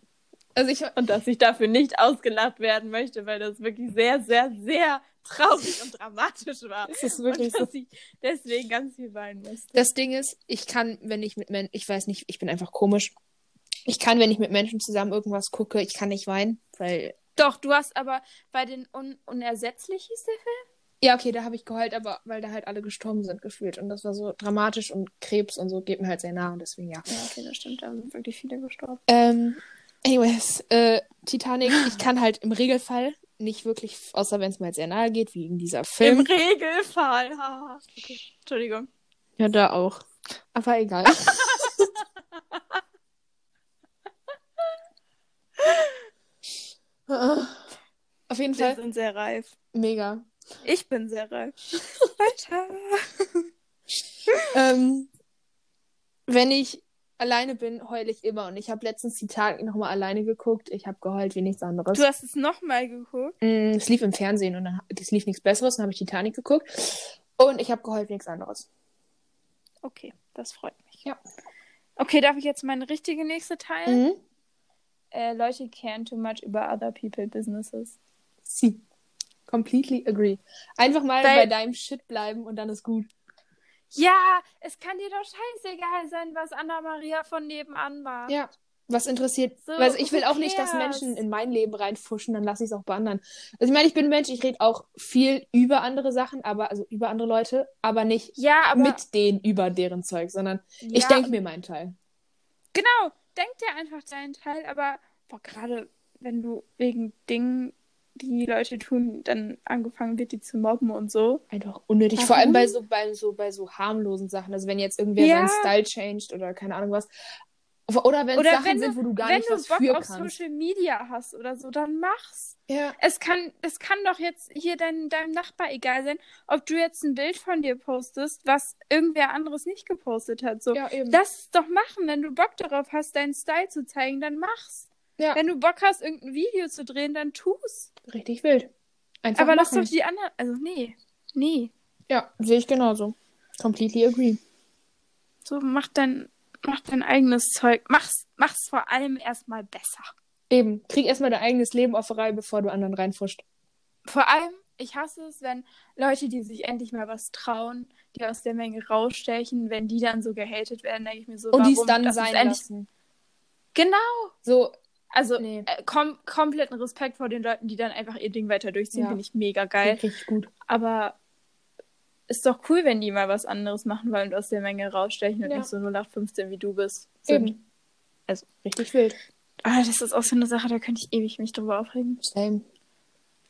A: Also ich,
B: Und dass ich dafür nicht ausgelacht werden möchte, weil das wirklich sehr, sehr, sehr traurig und dramatisch war.
A: es ist
B: Und
A: wirklich so.
B: dass ich deswegen ganz viel weinen musste.
A: Das Ding ist, ich kann, wenn ich mit Menschen, ich weiß nicht, ich bin einfach komisch. Ich kann, wenn ich mit Menschen zusammen irgendwas gucke, ich kann nicht weinen, weil.
B: Doch, du hast aber bei den Un Unersetzlich hieß der Film?
A: Ja, okay, da habe ich geheult, aber weil da halt alle gestorben sind gefühlt. Und das war so dramatisch und Krebs und so geht mir halt sehr nah und deswegen ja.
B: Ja, okay, das stimmt, da sind wirklich viele gestorben.
A: Ähm, anyways, äh, Titanic, ich kann halt im Regelfall nicht wirklich, außer wenn es mir halt sehr nahe geht, wie in dieser
B: Im
A: Film.
B: Regelfall. haha. Okay, Entschuldigung.
A: Ja, da auch. Aber egal. Auf jeden
B: Wir
A: Fall
B: sind sehr reif.
A: mega.
B: Ich bin sehr reif. Weiter.
A: Ähm, wenn ich alleine bin, heule ich immer. Und ich habe letztens die Tage nochmal alleine geguckt. Ich habe geheult wie nichts anderes.
B: Du hast es nochmal geguckt.
A: Mm, es lief im Fernsehen und dann, es lief nichts Besseres. Dann habe ich Titanic geguckt. Und ich habe geheult wie nichts anderes.
B: Okay, das freut mich.
A: Ja.
B: Okay, darf ich jetzt meine richtige nächste teilen?
A: Mhm.
B: Äh, Leute caring too much über other people businesses.
A: Sie. Completely agree. Einfach mal
B: Weil-
A: bei deinem Shit bleiben und dann ist gut.
B: Ja, es kann dir doch scheißegal sein, was Anna-Maria von nebenan macht.
A: Ja. Was interessiert.
B: So,
A: also ich will
B: who
A: auch nicht, dass
B: cares?
A: Menschen in mein Leben reinfuschen, dann lasse ich es auch bei anderen. Also ich meine, ich bin Mensch, ich rede auch viel über andere Sachen, aber also über andere Leute, aber nicht
B: Ja, aber
A: mit denen über deren Zeug, sondern
B: ja,
A: ich denke mir meinen Teil.
B: Genau, denk dir einfach deinen Teil, aber boah, gerade wenn du wegen Dingen, die Leute tun, dann angefangen wird, die zu mobben und so.
A: Einfach unnötig. Vor allem bei so, bei so, bei so harmlosen Sachen. Also wenn jetzt irgendwer
B: Ja.
A: seinen Style changed oder keine Ahnung was. Oder wenn es
B: Oder
A: Sachen
B: wenn du-
A: sind, wo du gar
B: Wenn
A: nicht
B: du
A: was
B: Bock
A: für
B: auf
A: kannst.
B: Social Media hast oder so, dann mach's.
A: Ja.
B: Es kann, es kann doch jetzt hier dein, deinem Nachbar egal sein, ob du jetzt ein Bild von dir postest, was irgendwer anderes nicht gepostet hat. So.
A: ja, eben.
B: Lass es doch machen, wenn du Bock darauf hast, deinen Style zu zeigen, dann mach's.
A: Ja.
B: Wenn du Bock hast, irgendein Video zu drehen, dann tu's.
A: Richtig wild. Einfach
B: Aber lass
A: machen.
B: doch die anderen. Also nee. Nee.
A: Ja, sehe ich genauso. Completely agree.
B: So, mach dein, mach dein eigenes Zeug. Mach's, mach's vor allem erstmal besser.
A: Eben. Krieg erstmal dein eigenes Leben auf die Reihe, bevor du anderen reinfuscht.
B: Vor allem, ich hasse es, wenn Leute, die sich endlich mal was trauen, die aus der Menge rausstechen, wenn die dann so gehatet werden, denke ich mir so,
A: Und
B: warum
A: dies dann
B: das ist
A: sein
B: endlich...
A: lassen.
B: Genau.
A: So,
B: Also
A: Nee.
B: äh, kom kompletten Respekt vor den Leuten, die dann einfach ihr Ding weiter durchziehen,
A: Ja.
B: finde ich mega geil.
A: richtig gut.
B: Aber ist doch cool, wenn die mal was anderes machen wollen und aus der Menge rausstechen und
A: Ja.
B: nicht so 0815 wie du bist. sind.
A: Eben.
B: Also-
A: richtig wild.
B: Ah, das ist auch so eine Sache, da könnte ich ewig mich drüber aufregen.
A: Same.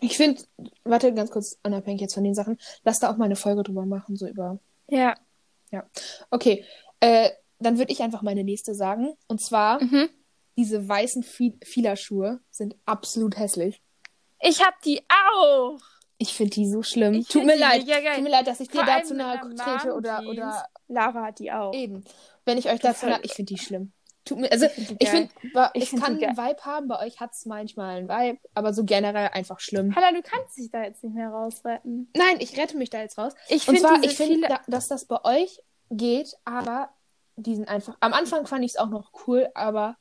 A: Ich finde, warte ganz kurz, unabhängig jetzt von den Sachen, lass da auch mal eine Folge drüber machen, so über
B: Ja,
A: Ja. Okay. Äh, dann würde ich einfach meine nächste sagen. Und zwar,
B: Mhm.
A: diese weißen Fi- Fielerschuhe sind absolut hässlich.
B: Ich hab die auch.
A: Ich finde die so schlimm.
B: Ich
A: Tut
B: find
A: mir
B: die
A: leid.
B: mega geil.
A: Tut mir leid, dass ich dir
B: Vor allem
A: dazu
B: mit
A: nahe
B: einer
A: trete oder,
B: Mom-Jeans.
A: oder
B: Lara hat die auch.
A: eben. Wenn ich euch
B: Das
A: dazu
B: halt-
A: nahe. Ich finde die schlimm. Tut mir, also,
B: find die
A: ich
B: geil.
A: finde, bei-
B: Ich
A: ich,
B: find die
A: kann
B: geil.
A: einen Vibe haben, bei euch hat es manchmal einen Vibe, aber so generell einfach schlimm.
B: Hanna, du kannst dich da jetzt nicht mehr rausretten.
A: Nein, ich rette mich da jetzt raus.
B: Ich
A: Und
B: finde
A: zwar,
B: diese
A: ich finde,
B: viele...
A: da, dass das bei euch geht, aber die sind einfach. Am Anfang fand ich es auch noch cool, aber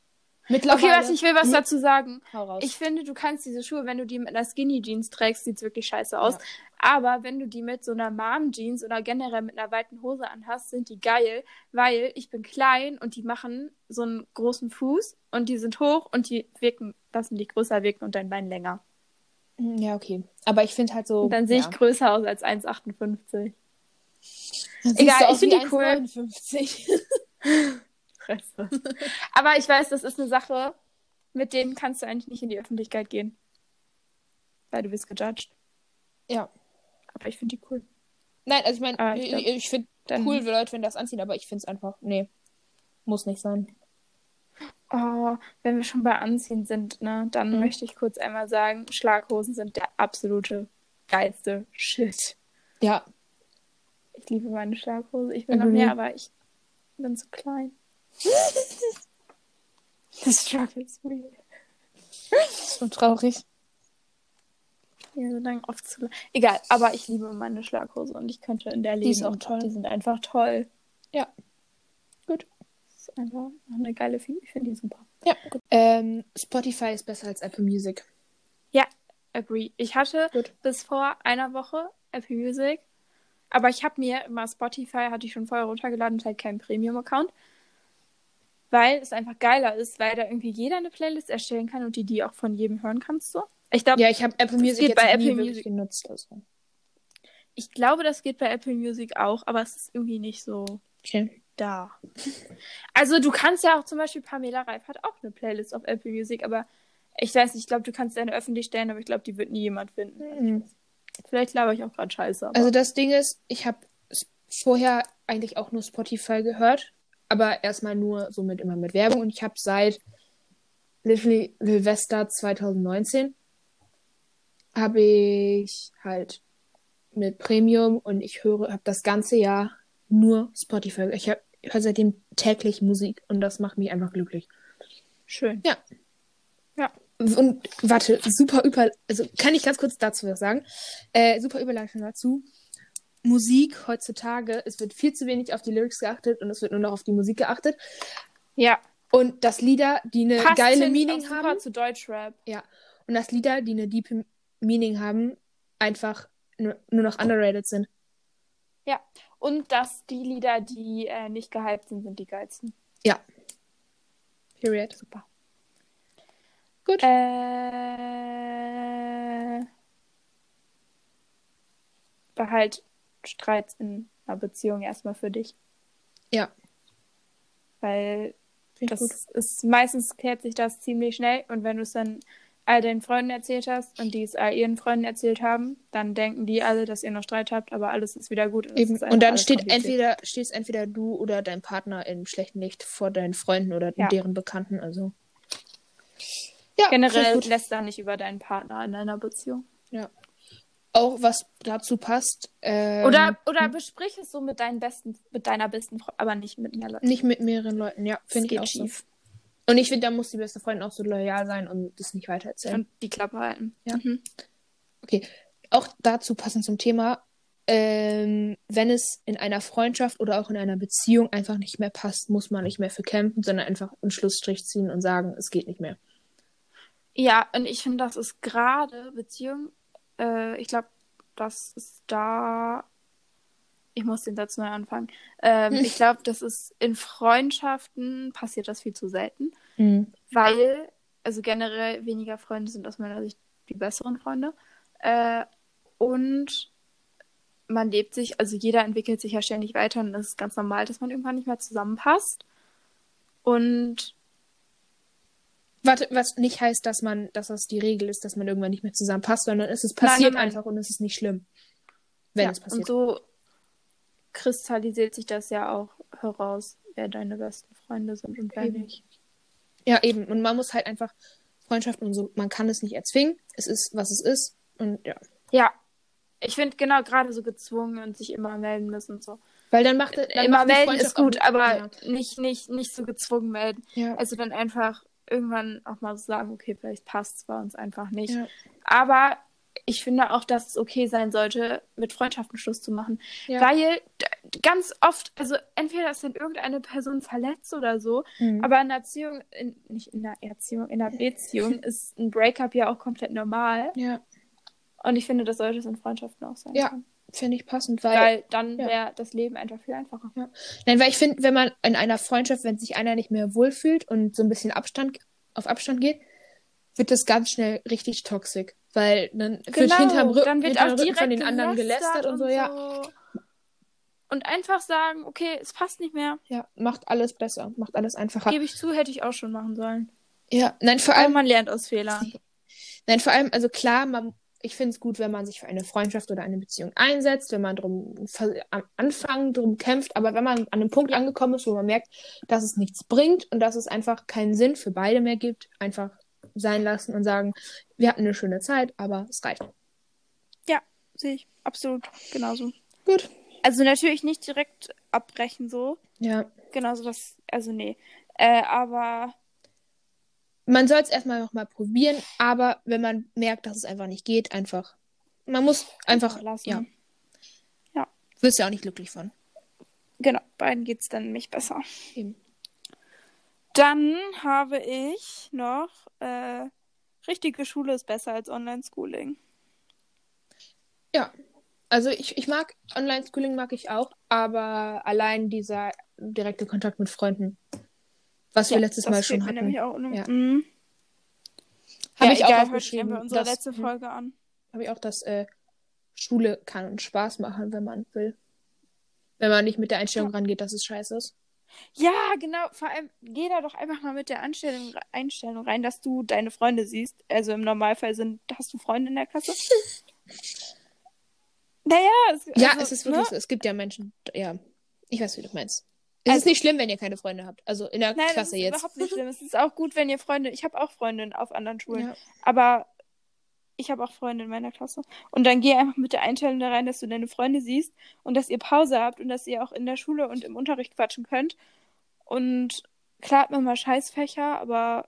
A: mittlerweile.
B: Okay, warte, ich will was
A: Nee,
B: dazu sagen.
A: Hau raus.
B: Ich finde, du kannst diese Schuhe, wenn du die mit einer Skinny Jeans trägst, sieht's wirklich scheiße aus. Aber wenn du die mit so einer Mom Jeans oder generell mit einer weiten Hose anhast, sind die geil, weil ich bin klein und die machen so einen großen Fuß und die sind hoch und die wirken, lassen die größer wirken und dein Bein länger.
A: Hm, ja, okay. Aber ich finde halt so.
B: Und dann sehe
A: ja.
B: ich größer aus als 1,58.
A: Dann siehst
B: egal,
A: du
B: ich
A: aus
B: find
A: wie
B: die cool.
A: 1,59.
B: Fresse. Aber ich weiß, das ist eine Sache, mit denen kannst du eigentlich nicht in die Öffentlichkeit gehen. Weil du wirst gejudged.
A: ja.
B: Aber ich finde die cool.
A: Nein, also ich meine,
B: Ah, ich
A: ich,
B: glaub,
A: ich finde
B: dann-
A: cool, wenn Leute wenn das anziehen, aber ich finde es einfach. Nee. Muss nicht sein.
B: Oh, wenn wir schon bei Anziehen sind, ne, dann
A: Mhm.
B: möchte ich kurz einmal sagen, Schlaghosen sind der absolute geilste Shit.
A: Ja.
B: Ich liebe meine Schlaghose. Ich will noch
A: Agree.
B: mehr, aber ich bin zu klein. The struggle is real.
A: Ist schon traurig.
B: Ja, so lang oft zu Egal, aber ich liebe meine Schlaghose und ich könnte in der leben.
A: ist auch
B: und
A: toll.
B: Die sind einfach toll.
A: Ja.
B: Gut. Das ist einfach eine geile Fee. Ich finde die super.
A: Ja, gut. Ähm, Spotify ist besser als Apple Music.
B: Agree. Ich hatte
A: Gut.
B: bis vor einer Woche Apple Music, aber ich habe mir immer Spotify, hatte ich schon vorher runtergeladen und halt keinen Premium-Account, weil es einfach geiler ist, weil da irgendwie jeder eine Playlist erstellen kann und die die auch von jedem hören kannst. So. Ich glaube,
A: Ja, ich habe Apple Music
B: geht
A: jetzt
B: bei
A: nie
B: Apple
A: wirklich
B: Music.
A: genutzt. Also.
B: ich glaube, das geht bei Apple Music auch, aber es ist irgendwie nicht so
A: Okay.
B: da. Also du kannst ja auch zum Beispiel Pamela Reif hat auch eine Playlist auf Apple Music, aber ich weiß nicht, ich glaube, du kannst deine öffentlich stellen, aber ich glaube, die wird nie jemand finden.
A: Mhm.
B: Vielleicht laber ich auch gerade scheiße. Aber
A: Also das Ding ist, ich habe vorher eigentlich auch nur Spotify gehört, aber erstmal nur somit immer mit Werbung und ich habe seit literally Silvester 2019 habe ich halt mit Premium und ich höre, habe das ganze Jahr nur Spotify. Ich habe ich höre seitdem täglich Musik und das macht mich einfach glücklich.
B: schön.
A: Ja.
B: Ja.
A: Und warte, super über, also kann ich ganz kurz dazu was sagen? Äh, super Überleitung dazu. Musik heutzutage, es wird viel zu wenig auf die Lyrics geachtet und es wird nur noch auf die Musik geachtet.
B: Ja.
A: Und dass Lieder, die eine Äh, geile
B: finde ich, auch
A: Meaning
B: super
A: haben,
B: zu Deutschrap.
A: ja, und dass Lieder, die eine deep Meaning haben, einfach nur, nur noch underrated sind.
B: Und dass die Lieder, die äh, nicht gehypt sind, sind die geilsten.
A: Period.
B: Super.
A: Gut.
B: Äh, behalt Streit in einer Beziehung erstmal für dich.
A: Ja.
B: Weil
A: Finde ich gut.
B: das ist meistens klärt sich das ziemlich schnell und wenn du es dann all deinen Freunden erzählt hast und die es all ihren Freunden erzählt haben, dann denken die alle, dass ihr noch Streit habt, aber alles ist wieder gut. Und, es
A: Eben.
B: ist
A: Und
B: einfach
A: dann
B: alles
A: steht
B: kompliziert.
A: entweder, stehst entweder du oder dein Partner im schlechten Licht vor deinen Freunden oder
B: Ja.
A: deren Bekannten. Also. Ja,
B: generell
A: finde ich gut.
B: lässt da nicht über deinen Partner in einer Beziehung.
A: Auch was dazu passt. Ähm,
B: Oder oder besprich es so mit deinen besten mit deiner besten Frau, aber nicht mit mehr Leuten.
A: nicht mit mehreren Leuten, ja,
B: Das
A: finde ich
B: geht
A: auch so. Und ich finde, da muss die beste Freundin auch so loyal sein und das nicht weitererzählen.
B: Und die Klappe halten.
A: Ja.
B: Mhm.
A: Okay, auch dazu passend zum Thema, ähm, wenn es in einer Freundschaft oder auch in einer Beziehung einfach nicht mehr passt, muss man nicht mehr für kämpfen, sondern einfach einen Schlussstrich ziehen und sagen, es geht nicht mehr.
B: Ja, und ich finde, das ist gerade Beziehung. Äh, ich glaube, das ist da. Ich muss den Satz neu anfangen. Ähm, ich glaube, das ist in Freundschaften passiert das viel zu selten, Mhm. weil also generell weniger Freunde sind aus meiner Sicht die besseren Freunde. Äh, und man lebt sich, also jeder entwickelt sich ja ständig weiter und es ist ganz normal, dass man irgendwann nicht mehr zusammenpasst. Und
A: Warte, was nicht heißt, dass man, dass das die Regel ist, dass man irgendwann nicht mehr zusammenpasst, sondern es ist passiert
B: nein, nein.
A: einfach und es ist nicht schlimm, wenn
B: ja,
A: es
B: Und
A: passiert.
B: so kristallisiert sich das ja auch heraus, wer deine besten Freunde sind und wer
A: Eben.
B: nicht.
A: Ja, eben. Und man muss halt einfach Freundschaften und so, man kann es nicht erzwingen. Es ist, was es ist. Und ja.
B: Ja. Ich finde genau gerade so gezwungen und sich immer melden müssen und so.
A: Weil dann macht dann
B: immer
A: macht die
B: melden
A: Freundschaft
B: ist gut,
A: auch-
B: aber nicht, nicht, nicht so gezwungen melden.
A: Ja.
B: Also dann einfach irgendwann auch mal so sagen, okay, vielleicht passt es bei uns einfach nicht.
A: Ja.
B: Aber ich finde auch, dass es okay sein sollte, mit Freundschaften Schluss zu machen.
A: Ja.
B: Weil d- ganz oft, also entweder ist dann irgendeine Person verletzt oder so,
A: Mhm.
B: aber in der Erziehung, in, nicht in der Erziehung, in der Beziehung ist ein Breakup ja auch komplett normal.
A: ja.
B: Und ich finde, das sollte es in Freundschaften auch sein.
A: Ja,
B: können.
A: finde ich passend, weil.
B: Weil dann
A: Ja.
B: wäre das Leben einfach viel einfacher.
A: Nein, weil ich finde, wenn man in einer Freundschaft, wenn sich einer nicht mehr wohlfühlt und so ein bisschen Abstand auf Abstand geht, wird das ganz schnell richtig toxisch. Weil dann wird hinterm Rücken,
B: Genau, dann wird
A: hinterm
B: auch
A: Rücken
B: direkt
A: von den anderen gelästert und so, ja.
B: Und einfach sagen, okay, es passt nicht mehr,
A: Ja, macht alles besser, macht alles einfacher.
B: gebe ich zu, hätte ich auch schon machen sollen.
A: Ja, nein, vor
B: Aber
A: allem,
B: man lernt aus Fehlern.
A: nein, vor allem, also klar, man, ich finde es gut, wenn man sich für eine Freundschaft oder eine Beziehung einsetzt, wenn man drum ver- am Anfang drum kämpft, aber wenn man an einem Punkt angekommen ist, wo man merkt, dass es nichts bringt und dass es einfach keinen Sinn für beide mehr gibt, einfach sein lassen und sagen, wir hatten eine schöne Zeit, aber es reicht.
B: Sehe ich absolut genauso.
A: Gut.
B: Also natürlich nicht direkt abbrechen so.
A: Ja.
B: Genauso das, also nee. Äh, aber
A: Man soll es erstmal nochmal probieren, aber wenn man merkt, dass es einfach nicht geht, einfach. Man muss einfach.
B: lassen.
A: Ja.
B: Ja.
A: Wirst ja auch nicht glücklich von.
B: Genau, beiden geht es dann nämlich besser.
A: Eben.
B: Dann habe ich noch, äh, richtige Schule ist besser als Online-Schooling.
A: Ja, also ich, ich mag Online-Schooling mag ich auch, aber allein dieser direkte Kontakt mit Freunden, was wir letztes
B: das
A: Mal
B: fehlt
A: schon
B: mir
A: hatten,
B: nämlich auch unum-
A: Ja.
B: Mhm.
A: habe
B: ja,
A: ich auch
B: egal, heute nehmen
A: aufgeschrieben,
B: wir unsere
A: dass-
B: letzte
A: mhm.
B: Folge an.
A: habe ich auch, dass äh, Schule kann Spaß machen, wenn man will. Wenn man nicht mit der Einstellung rangeht, dass es scheiße ist.
B: Ja, genau. Vor allem, geh da doch einfach mal mit der Einstellung, Einstellung rein, dass du deine Freunde siehst. Also im Normalfall sind, hast du Freunde in der Klasse. naja, es,
A: Ja,
B: also,
A: es ist wirklich so. Es gibt ja Menschen, ja, ich weiß, wie du meinst. Es ist
B: Also-
A: nicht schlimm, wenn ihr keine Freunde habt. Also in der
B: Nein, das
A: Klasse
B: ist
A: jetzt.
B: überhaupt nicht schlimm. Es ist auch gut, wenn ihr Freunde. Ich habe auch Freundinnen auf anderen Schulen,
A: Ja.
B: aber ich habe auch Freunde in meiner Klasse. Und dann geh einfach mit der Einstellung da rein, dass du deine Freunde siehst und dass ihr Pause habt und dass ihr auch in der Schule und im Unterricht quatschen könnt. Und klar hat man mal Scheißfächer, aber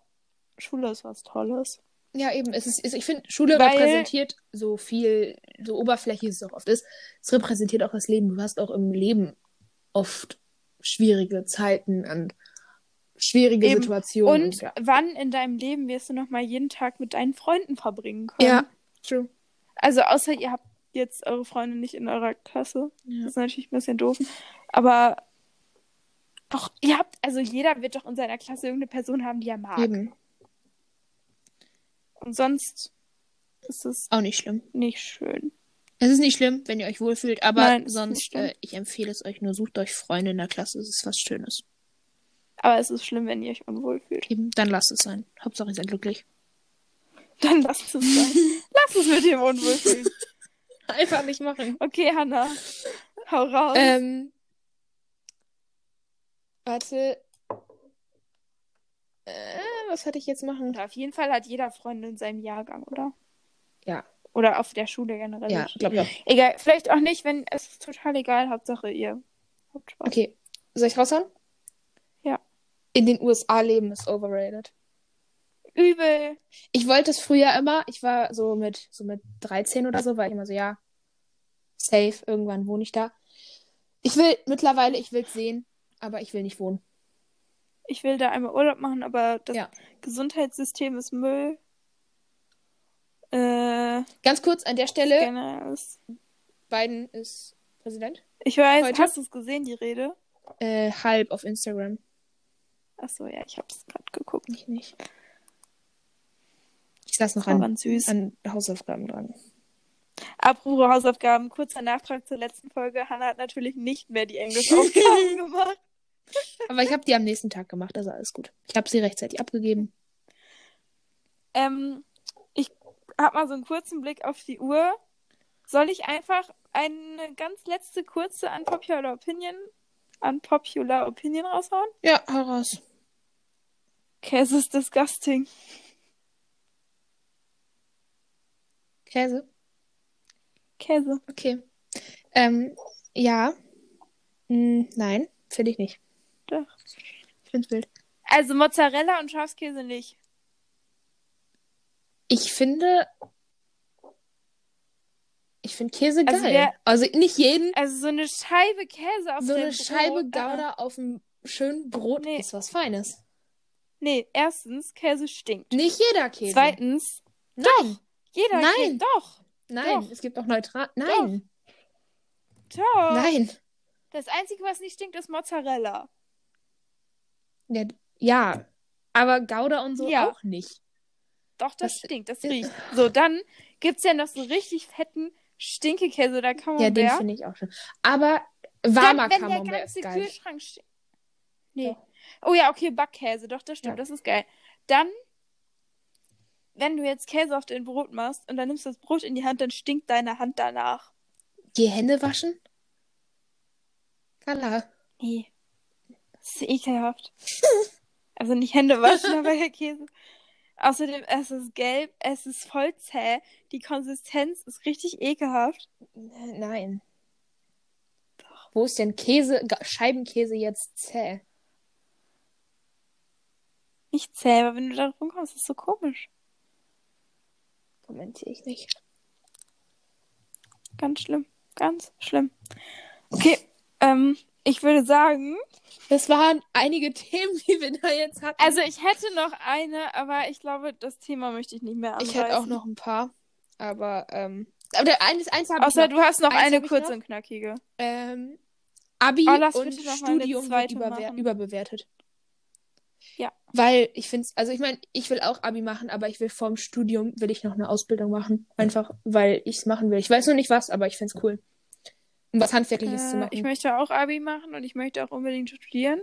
B: Schule ist was Tolles.
A: Ja, eben. Es ist, es, ich finde, Schule
B: Weil-
A: repräsentiert so viel, so oberflächlich es auch oft ist. Es repräsentiert auch das Leben. Du hast auch im Leben oft schwierige Zeiten und schwierige
B: Eben.
A: Situationen.
B: Und
A: ja.
B: wann in deinem Leben wirst du noch mal jeden Tag mit deinen Freunden verbringen können?
A: ja, true.
B: Also außer ihr habt jetzt eure Freunde nicht in eurer Klasse.
A: Ja.
B: Das ist natürlich ein bisschen doof. Aber auch, ihr habt, also jeder wird doch in seiner Klasse irgendeine Person haben, die er mag.
A: Eben.
B: Und sonst ist es
A: Auch nicht schlimm.
B: nicht schön.
A: Es ist nicht schlimm, wenn ihr euch wohlfühlt, aber
B: Nein, es ist nicht
A: sonst,
B: schlimm.
A: äh, ich empfehle es euch nur, sucht euch Freunde in der Klasse. Es ist was Schönes.
B: Aber es ist schlimm, wenn ihr euch unwohl fühlt.
A: Eben, dann lasst es sein. Hauptsache, ihr seid glücklich.
B: Dann lasst es sein. lasst es mit dem Unwohlfühlen.
A: Einfach nicht machen.
B: Okay, Hannah. Hau raus.
A: Ähm, warte. Äh, was hatte ich jetzt machen?
B: Und auf jeden Fall hat jeder Freund in seinem Jahrgang, oder?
A: Ja.
B: Oder auf der Schule generell.
A: Ja, glaube ich auch.
B: Egal, vielleicht auch nicht, wenn es ist total egal. Hauptsache ihr habt Spaß.
A: Okay, soll ich raushauen?
B: Ja.
A: In den USA leben ist overrated.
B: Übel.
A: Ich wollte es früher immer. Ich war so mit, so mit 13 oder so, war ich immer so, ja, safe, irgendwann wohne ich da. Ich will mittlerweile, ich will es sehen, aber ich will nicht wohnen.
B: Ich will da einmal Urlaub machen, aber das
A: Ja.
B: Gesundheitssystem ist Müll. Äh,
A: Ganz kurz an der Stelle,
B: generell ist.
A: Biden ist Präsident.
B: Ich weiß,
A: Heute-
B: hast du es gesehen, die Rede?
A: Äh, halb auf Instagram.
B: Achso, ja, ich hab's gerade geguckt.
A: Ich nicht. Ich saß noch
B: Das war
A: an,
B: ganz süß.
A: an Hausaufgaben dran.
B: Apropos Hausaufgaben, kurzer Nachtrag zur letzten Folge. Hannah hat natürlich nicht mehr die Englischaufgaben gemacht.
A: Aber ich habe die am nächsten Tag gemacht, also alles gut. Ich habe sie rechtzeitig abgegeben.
B: Ähm, ich hab mal so einen kurzen Blick auf die Uhr. Es Soll ich einfach eine ganz letzte kurze Unpopular Opinion, Unpopular Opinion raushauen?
A: Ja, heraus.
B: Käse ist disgusting.
A: Käse?
B: Käse.
A: Okay. Ähm, ja. Hm, nein, finde ich nicht.
B: Doch.
A: Ich finde es wild.
B: Also Mozzarella und Schafskäse nicht.
A: Ich finde. Ich finde Käse geil.
B: Also
A: Also,
B: wer-
A: nicht jeden.
B: Also so eine Scheibe Käse auf
A: So
B: dem
A: eine Scheibe
B: Brot. äh,
A: Gouda auf dem schönen Brot
B: Nee.
A: ist was Feines.
B: Nee, erstens, Käse stinkt.
A: Nicht jeder Käse.
B: Zweitens,
A: Nein,
B: jeder
A: Nein.
B: Käse. Doch,
A: nein,
B: Doch.
A: es gibt auch neutral. Nein,
B: doch.
A: nein.
B: Das Einzige, was nicht stinkt, ist Mozzarella.
A: Ja, ja, aber Gouda und so
B: Ja.
A: auch nicht.
B: Doch, das
A: Das-
B: stinkt, das riecht. So, dann gibt es ja noch so richtig fetten Stinkekäse, da kann man
A: Ja, den finde ich auch schön. Aber warmer
B: Oh, dann, wenn der
A: Camembert ist
B: ganze
A: geil.
B: Kühlschrank stinkt. Nee. Oh ja, okay, Backkäse, doch, das stimmt,
A: Ja.
B: das ist geil. Dann, wenn du jetzt Käse auf dein Brot machst und dann nimmst du das Brot in die Hand, dann stinkt deine Hand danach.
A: Die Hände waschen? Kala.
B: Nee. Das ist ekelhaft. also nicht Hände waschen, aber der Käse. Außerdem, es ist gelb, es ist voll zäh, die Konsistenz ist richtig ekelhaft.
A: Nein. Wo ist denn Käse, Ga- Scheibenkäse jetzt zäh?
B: Nicht zäh, aber wenn du da rumkommst, ist so komisch.
A: Kommentiere ich nicht.
B: Ganz schlimm. Ganz schlimm. Okay, ähm, ich würde sagen,
A: Das waren einige Themen, die wir da jetzt hatten.
B: also ich hätte noch eine, aber ich glaube, das Thema möchte ich nicht mehr anreißen.
A: ich hätte auch noch ein paar, aber ähm, aber der- eines, eins habe ich
B: Außer
A: noch.
B: du hast noch
A: Eins
B: eine
A: hab ich
B: kurze
A: noch.
B: und knackige.
A: Ähm, Abi
B: Oh, lass
A: und
B: bitte noch mal eine
A: Studium wird
B: zweite
A: überwer-
B: machen.
A: überbewertet.
B: Ja.
A: Weil ich finde es, also ich meine, ich will auch Abi machen, aber ich will vorm Studium, will ich noch eine Ausbildung machen. Einfach, weil ich es machen will. Ich weiß noch nicht was, aber ich finde es cool. Um was Handwerkliches zu
B: Äh,
A: machen.
B: ich möchte auch Abi machen und ich möchte auch unbedingt studieren.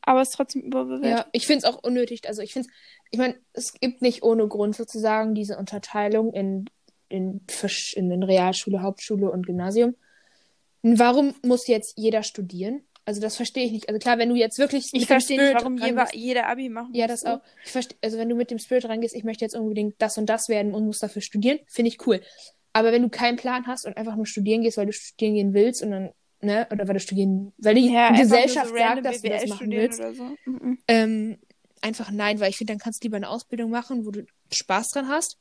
B: Aber es ist trotzdem überbewertet.
A: Ja, ich finde es auch unnötig. Also ich finde ich meine, es gibt nicht ohne Grund sozusagen diese Unterteilung in, in, versch- in den Realschule, Hauptschule und Gymnasium. Warum muss jetzt jeder studieren? Also das verstehe ich nicht. Also klar, wenn du jetzt wirklich
B: Ich
A: mit dem
B: verstehe nicht,
A: Spirit
B: warum
A: rangehst-
B: jeder, jeder Abi machen
A: ja, das
B: muss. ne?
A: auch. Ich verstehe, also wenn du mit dem Spirit rangehst, ich möchte jetzt unbedingt das und das werden und muss dafür studieren, finde ich cool. Aber wenn du keinen Plan hast und einfach nur studieren gehst, weil du studieren gehen willst und dann, ne, oder weil du studieren, weil die
B: Ja, einfach nur so
A: Gesellschaft
B: random
A: sagt, dass du
B: BWL
A: das machen
B: studieren
A: willst,
B: Oder so. Mhm.
A: ähm, einfach nein, weil ich finde, dann kannst du lieber eine Ausbildung machen, wo du Spaß dran hast.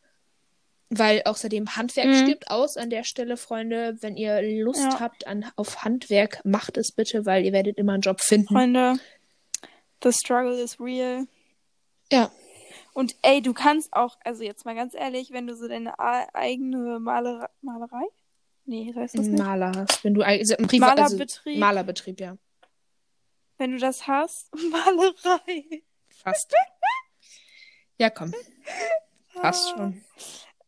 A: Weil außerdem Handwerk
B: Mhm.
A: stirbt aus an der Stelle, Freunde. Wenn ihr Lust
B: Ja.
A: habt an, auf Handwerk, macht es bitte, weil ihr werdet immer einen Job finden.
B: Freunde, the struggle is real.
A: Ja.
B: Und ey, du kannst auch, also jetzt mal ganz ehrlich, wenn du so deine a- eigene Malerei. Malerei? Nee, heißt das nicht.
A: Maler hast, wenn du ein- also, ein Priva- also
B: Malerbetrieb.
A: Malerbetrieb, ja.
B: wenn du das hast, Malerei.
A: Fast. ja, komm, fast
B: Ah.
A: schon.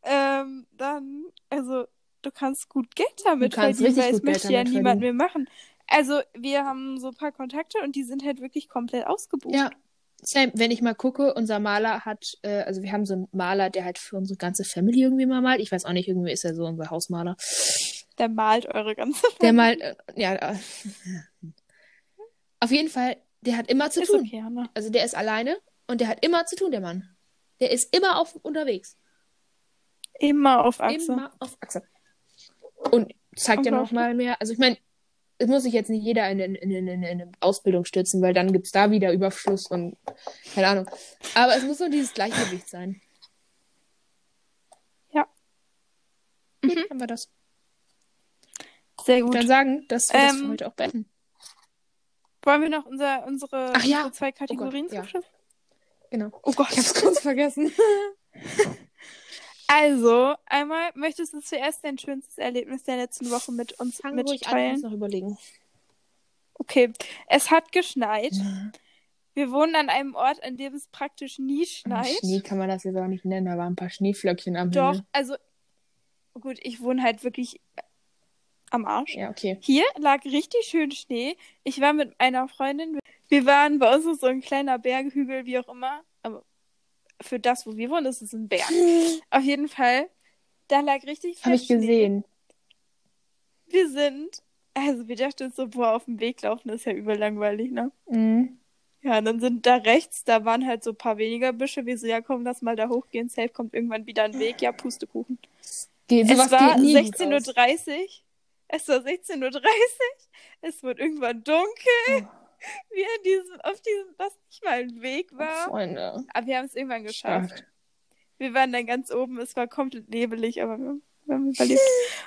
B: ähm, dann, also, du kannst gut Geld damit
A: Du kannst
B: verdienen,
A: richtig
B: weil es
A: gut Geld
B: möchte ja
A: damit
B: niemand mehr machen. Also, wir haben so ein paar Kontakte und die sind halt wirklich komplett ausgebucht.
A: Ja. Sam, wenn ich mal gucke, unser Maler hat, äh, also wir haben so einen Maler, der halt für unsere ganze Family irgendwie mal malt. Ich weiß auch nicht, irgendwie ist er so unser Hausmaler.
B: Der malt eure ganze
A: Der mal, äh, ja. äh, Auf jeden Fall, der hat immer zu
B: Ist
A: tun.
B: okay, Anna.
A: Also der ist alleine und der hat immer zu tun, der Mann. Der ist immer auf unterwegs.
B: Immer auf Achse.
A: Immer auf Achse. Und zeigt ja noch
B: Unglaublich.
A: mal mehr. Also ich meine, es muss sich jetzt nicht jeder in, in, in, in, in eine Ausbildung stürzen, weil dann gibt es da wieder Überfluss und keine Ahnung. Aber es muss so dieses Gleichgewicht sein.
B: Ja.
A: Gut, haben wir das.
B: Sehr
A: Ich
B: gut.
A: würde Mhm. dann sagen, dass wir das für
B: Ähm,
A: heute auch beenden.
B: Wollen wir noch unser, unsere,
A: Ach ja. Oh
B: unsere zwei Kategorien
A: Gott, ja.
B: zuschaffen?
A: Genau.
B: Oh Gott.
A: Ich hab's kurz vergessen.
B: Also, einmal möchtest du zuerst dein schönstes Erlebnis der letzten Woche mit uns
A: Fang ruhig an, also. ich muss
B: mitteilen?
A: noch überlegen.
B: Okay. Es hat geschneit. Wir wohnen an einem Ort, an dem es praktisch nie schneit.
A: Schnee kann man das jetzt auch nicht nennen, da waren ein paar Schneeflöckchen am
B: Doch,
A: Himmel.
B: also gut, ich wohne halt wirklich am Arsch.
A: Ja, okay.
B: Hier lag richtig schön Schnee. Ich war mit einer Freundin. Wir waren bei uns ist so ein kleiner Berghügel, wie auch immer. Aber für das, wo wir wohnen, ist es ein Berg. Auf jeden Fall Da lag richtig
A: Habe ich
B: Schnee.
A: gesehen.
B: Wir sind, also wir dachten uns so, boah, auf dem Weg laufen ist ja überlangweilig, ne?
A: Mhm.
B: Ja, und dann sind da rechts, da waren halt so ein paar weniger Büsche. Wir so, ja komm, lass mal da hochgehen. Safe kommt irgendwann wieder ein Weg. Ja, Pustekuchen.
A: Geht, sowas
B: es war
A: geht nie gut aus.
B: 16.30 Uhr. Es war 16.30 Uhr. Es wurde irgendwann dunkel. Wir an diesem, auf diesem, was nicht mal ein Weg war.
A: Freunde.
B: Aber wir haben es irgendwann geschafft.
A: Stark.
B: Wir waren dann ganz oben, es war komplett nebelig, aber wir wir haben überlebt.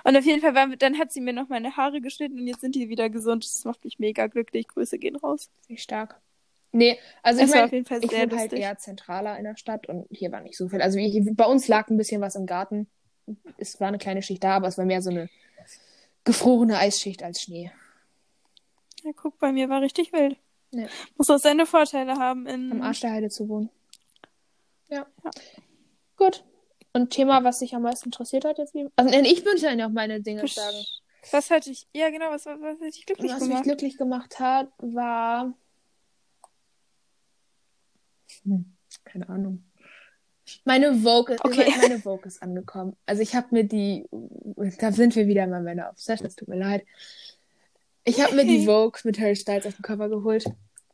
B: Und auf jeden Fall, waren wir, dann hat sie mir noch meine Haare geschnitten und jetzt sind die wieder gesund. Das macht mich mega glücklich. Grüße gehen raus.
A: Wie stark. Nee, also ich
B: Es war auf
A: meine,
B: jeden Fall
A: ich
B: sehr
A: wohne halt
B: lustig.
A: eher zentraler in der Stadt und hier war nicht so viel. Also ich, bei uns lag ein bisschen was im Garten. Es war eine kleine Schicht da, aber es war mehr so eine gefrorene Eisschicht als Schnee.
B: ja, guck, bei mir war richtig wild.
A: Ja.
B: Muss auch seine Vorteile haben in.
A: Am Arsch der Heide zu wohnen. Ja. Gut. Und Thema, was dich am meisten interessiert hat jetzt? wie- Also nein, ich würde dann auch meine Dinge
B: Besch-
A: sagen.
B: Was hatte ich? Ja, genau, was, was, was hatte ich glücklich
A: Was mich
B: gemacht?
A: glücklich gemacht hat, war. Hm, keine Ahnung. Meine Vogue, ist-
B: Okay.
A: meine Vogue ist angekommen. Also ich habe mir die, da sind wir wieder mal meiner Obsession, es tut mir leid. Ich habe mir die Vogue mit Harry Styles auf dem Cover geholt.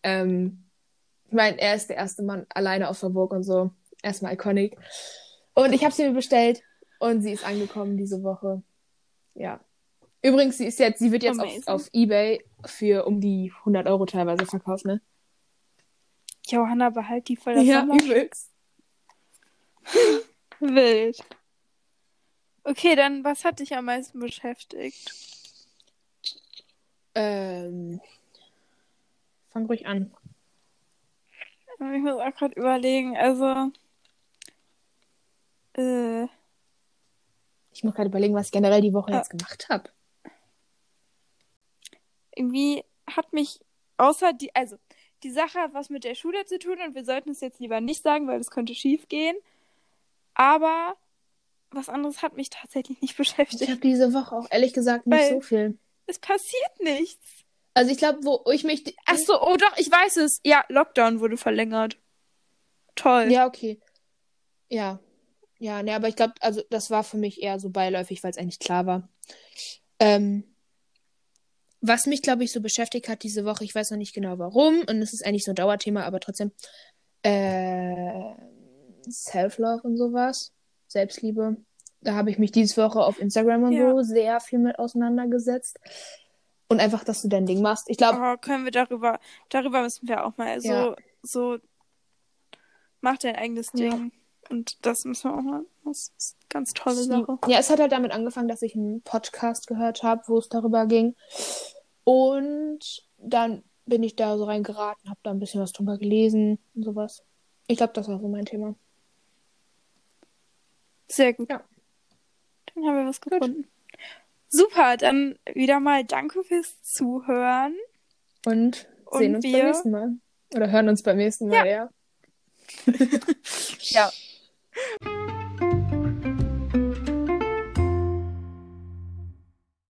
A: Ähm, ich meine, er ist der erste Mann alleine auf der Vogue und so. Erstmal iconic. Und ich habe sie mir bestellt und sie ist angekommen diese Woche. Ja. Übrigens, sie ist jetzt, sie wird jetzt auf,
B: Amazing.
A: auf Ebay für um die 100 Euro teilweise verkauft, ne?
B: Johanna behalt die voll. Das war mal
A: übelst.
B: wild. Okay, dann, was hat dich am meisten beschäftigt?
A: Ähm, fang ruhig an.
B: Ich muss auch gerade überlegen, also. Äh.
A: Ich muss gerade überlegen, was ich generell die Woche
B: Ah.
A: jetzt gemacht habe.
B: irgendwie hat mich außer die, also die Sache hat was mit der Schule zu tun und wir sollten es jetzt lieber nicht sagen, weil das könnte schief gehen. Aber was anderes hat mich tatsächlich nicht
A: Ich
B: beschäftigt.
A: habe diese Woche auch ehrlich gesagt nicht
B: Weil-
A: so viel.
B: Es passiert nichts.
A: Also ich glaube, wo ich mich.
B: Ach so, oh doch, ich weiß es. Ja, Lockdown wurde verlängert. Toll.
A: Ja, okay. Ja. Ja, ne, aber ich glaube, also das war für mich eher so beiläufig, weil es eigentlich klar war. Ähm, was mich, glaube ich, so beschäftigt hat diese Woche, ich weiß noch nicht genau warum, und es ist eigentlich so ein Dauerthema, aber trotzdem, äh, Self-Love und sowas, Selbstliebe. Da habe ich mich diese Woche auf Instagram und
B: Ja.
A: so sehr viel mit auseinandergesetzt. Und einfach, dass du dein Ding machst. Ich glaube,
B: Oh, können wir darüber, darüber müssen wir auch mal so,
A: Ja.
B: so, mach dein eigenes
A: Ja.
B: Ding. Und das müssen wir auch mal, das ist eine ganz tolle Sache.
A: Ja, es hat halt damit angefangen, dass ich einen Podcast gehört habe, wo es darüber ging. Und dann bin ich da so reingeraten, habe da ein bisschen was drüber gelesen und sowas. Ich glaube, das war so mein Thema.
B: Sehr gut.
A: Ja.
B: Dann haben wir was gefunden. Super, dann wieder mal danke fürs Zuhören.
A: Und
B: Und
A: sehen uns
B: wir-
A: beim nächsten Mal. Oder hören uns beim nächsten Mal, ja.
B: Ja.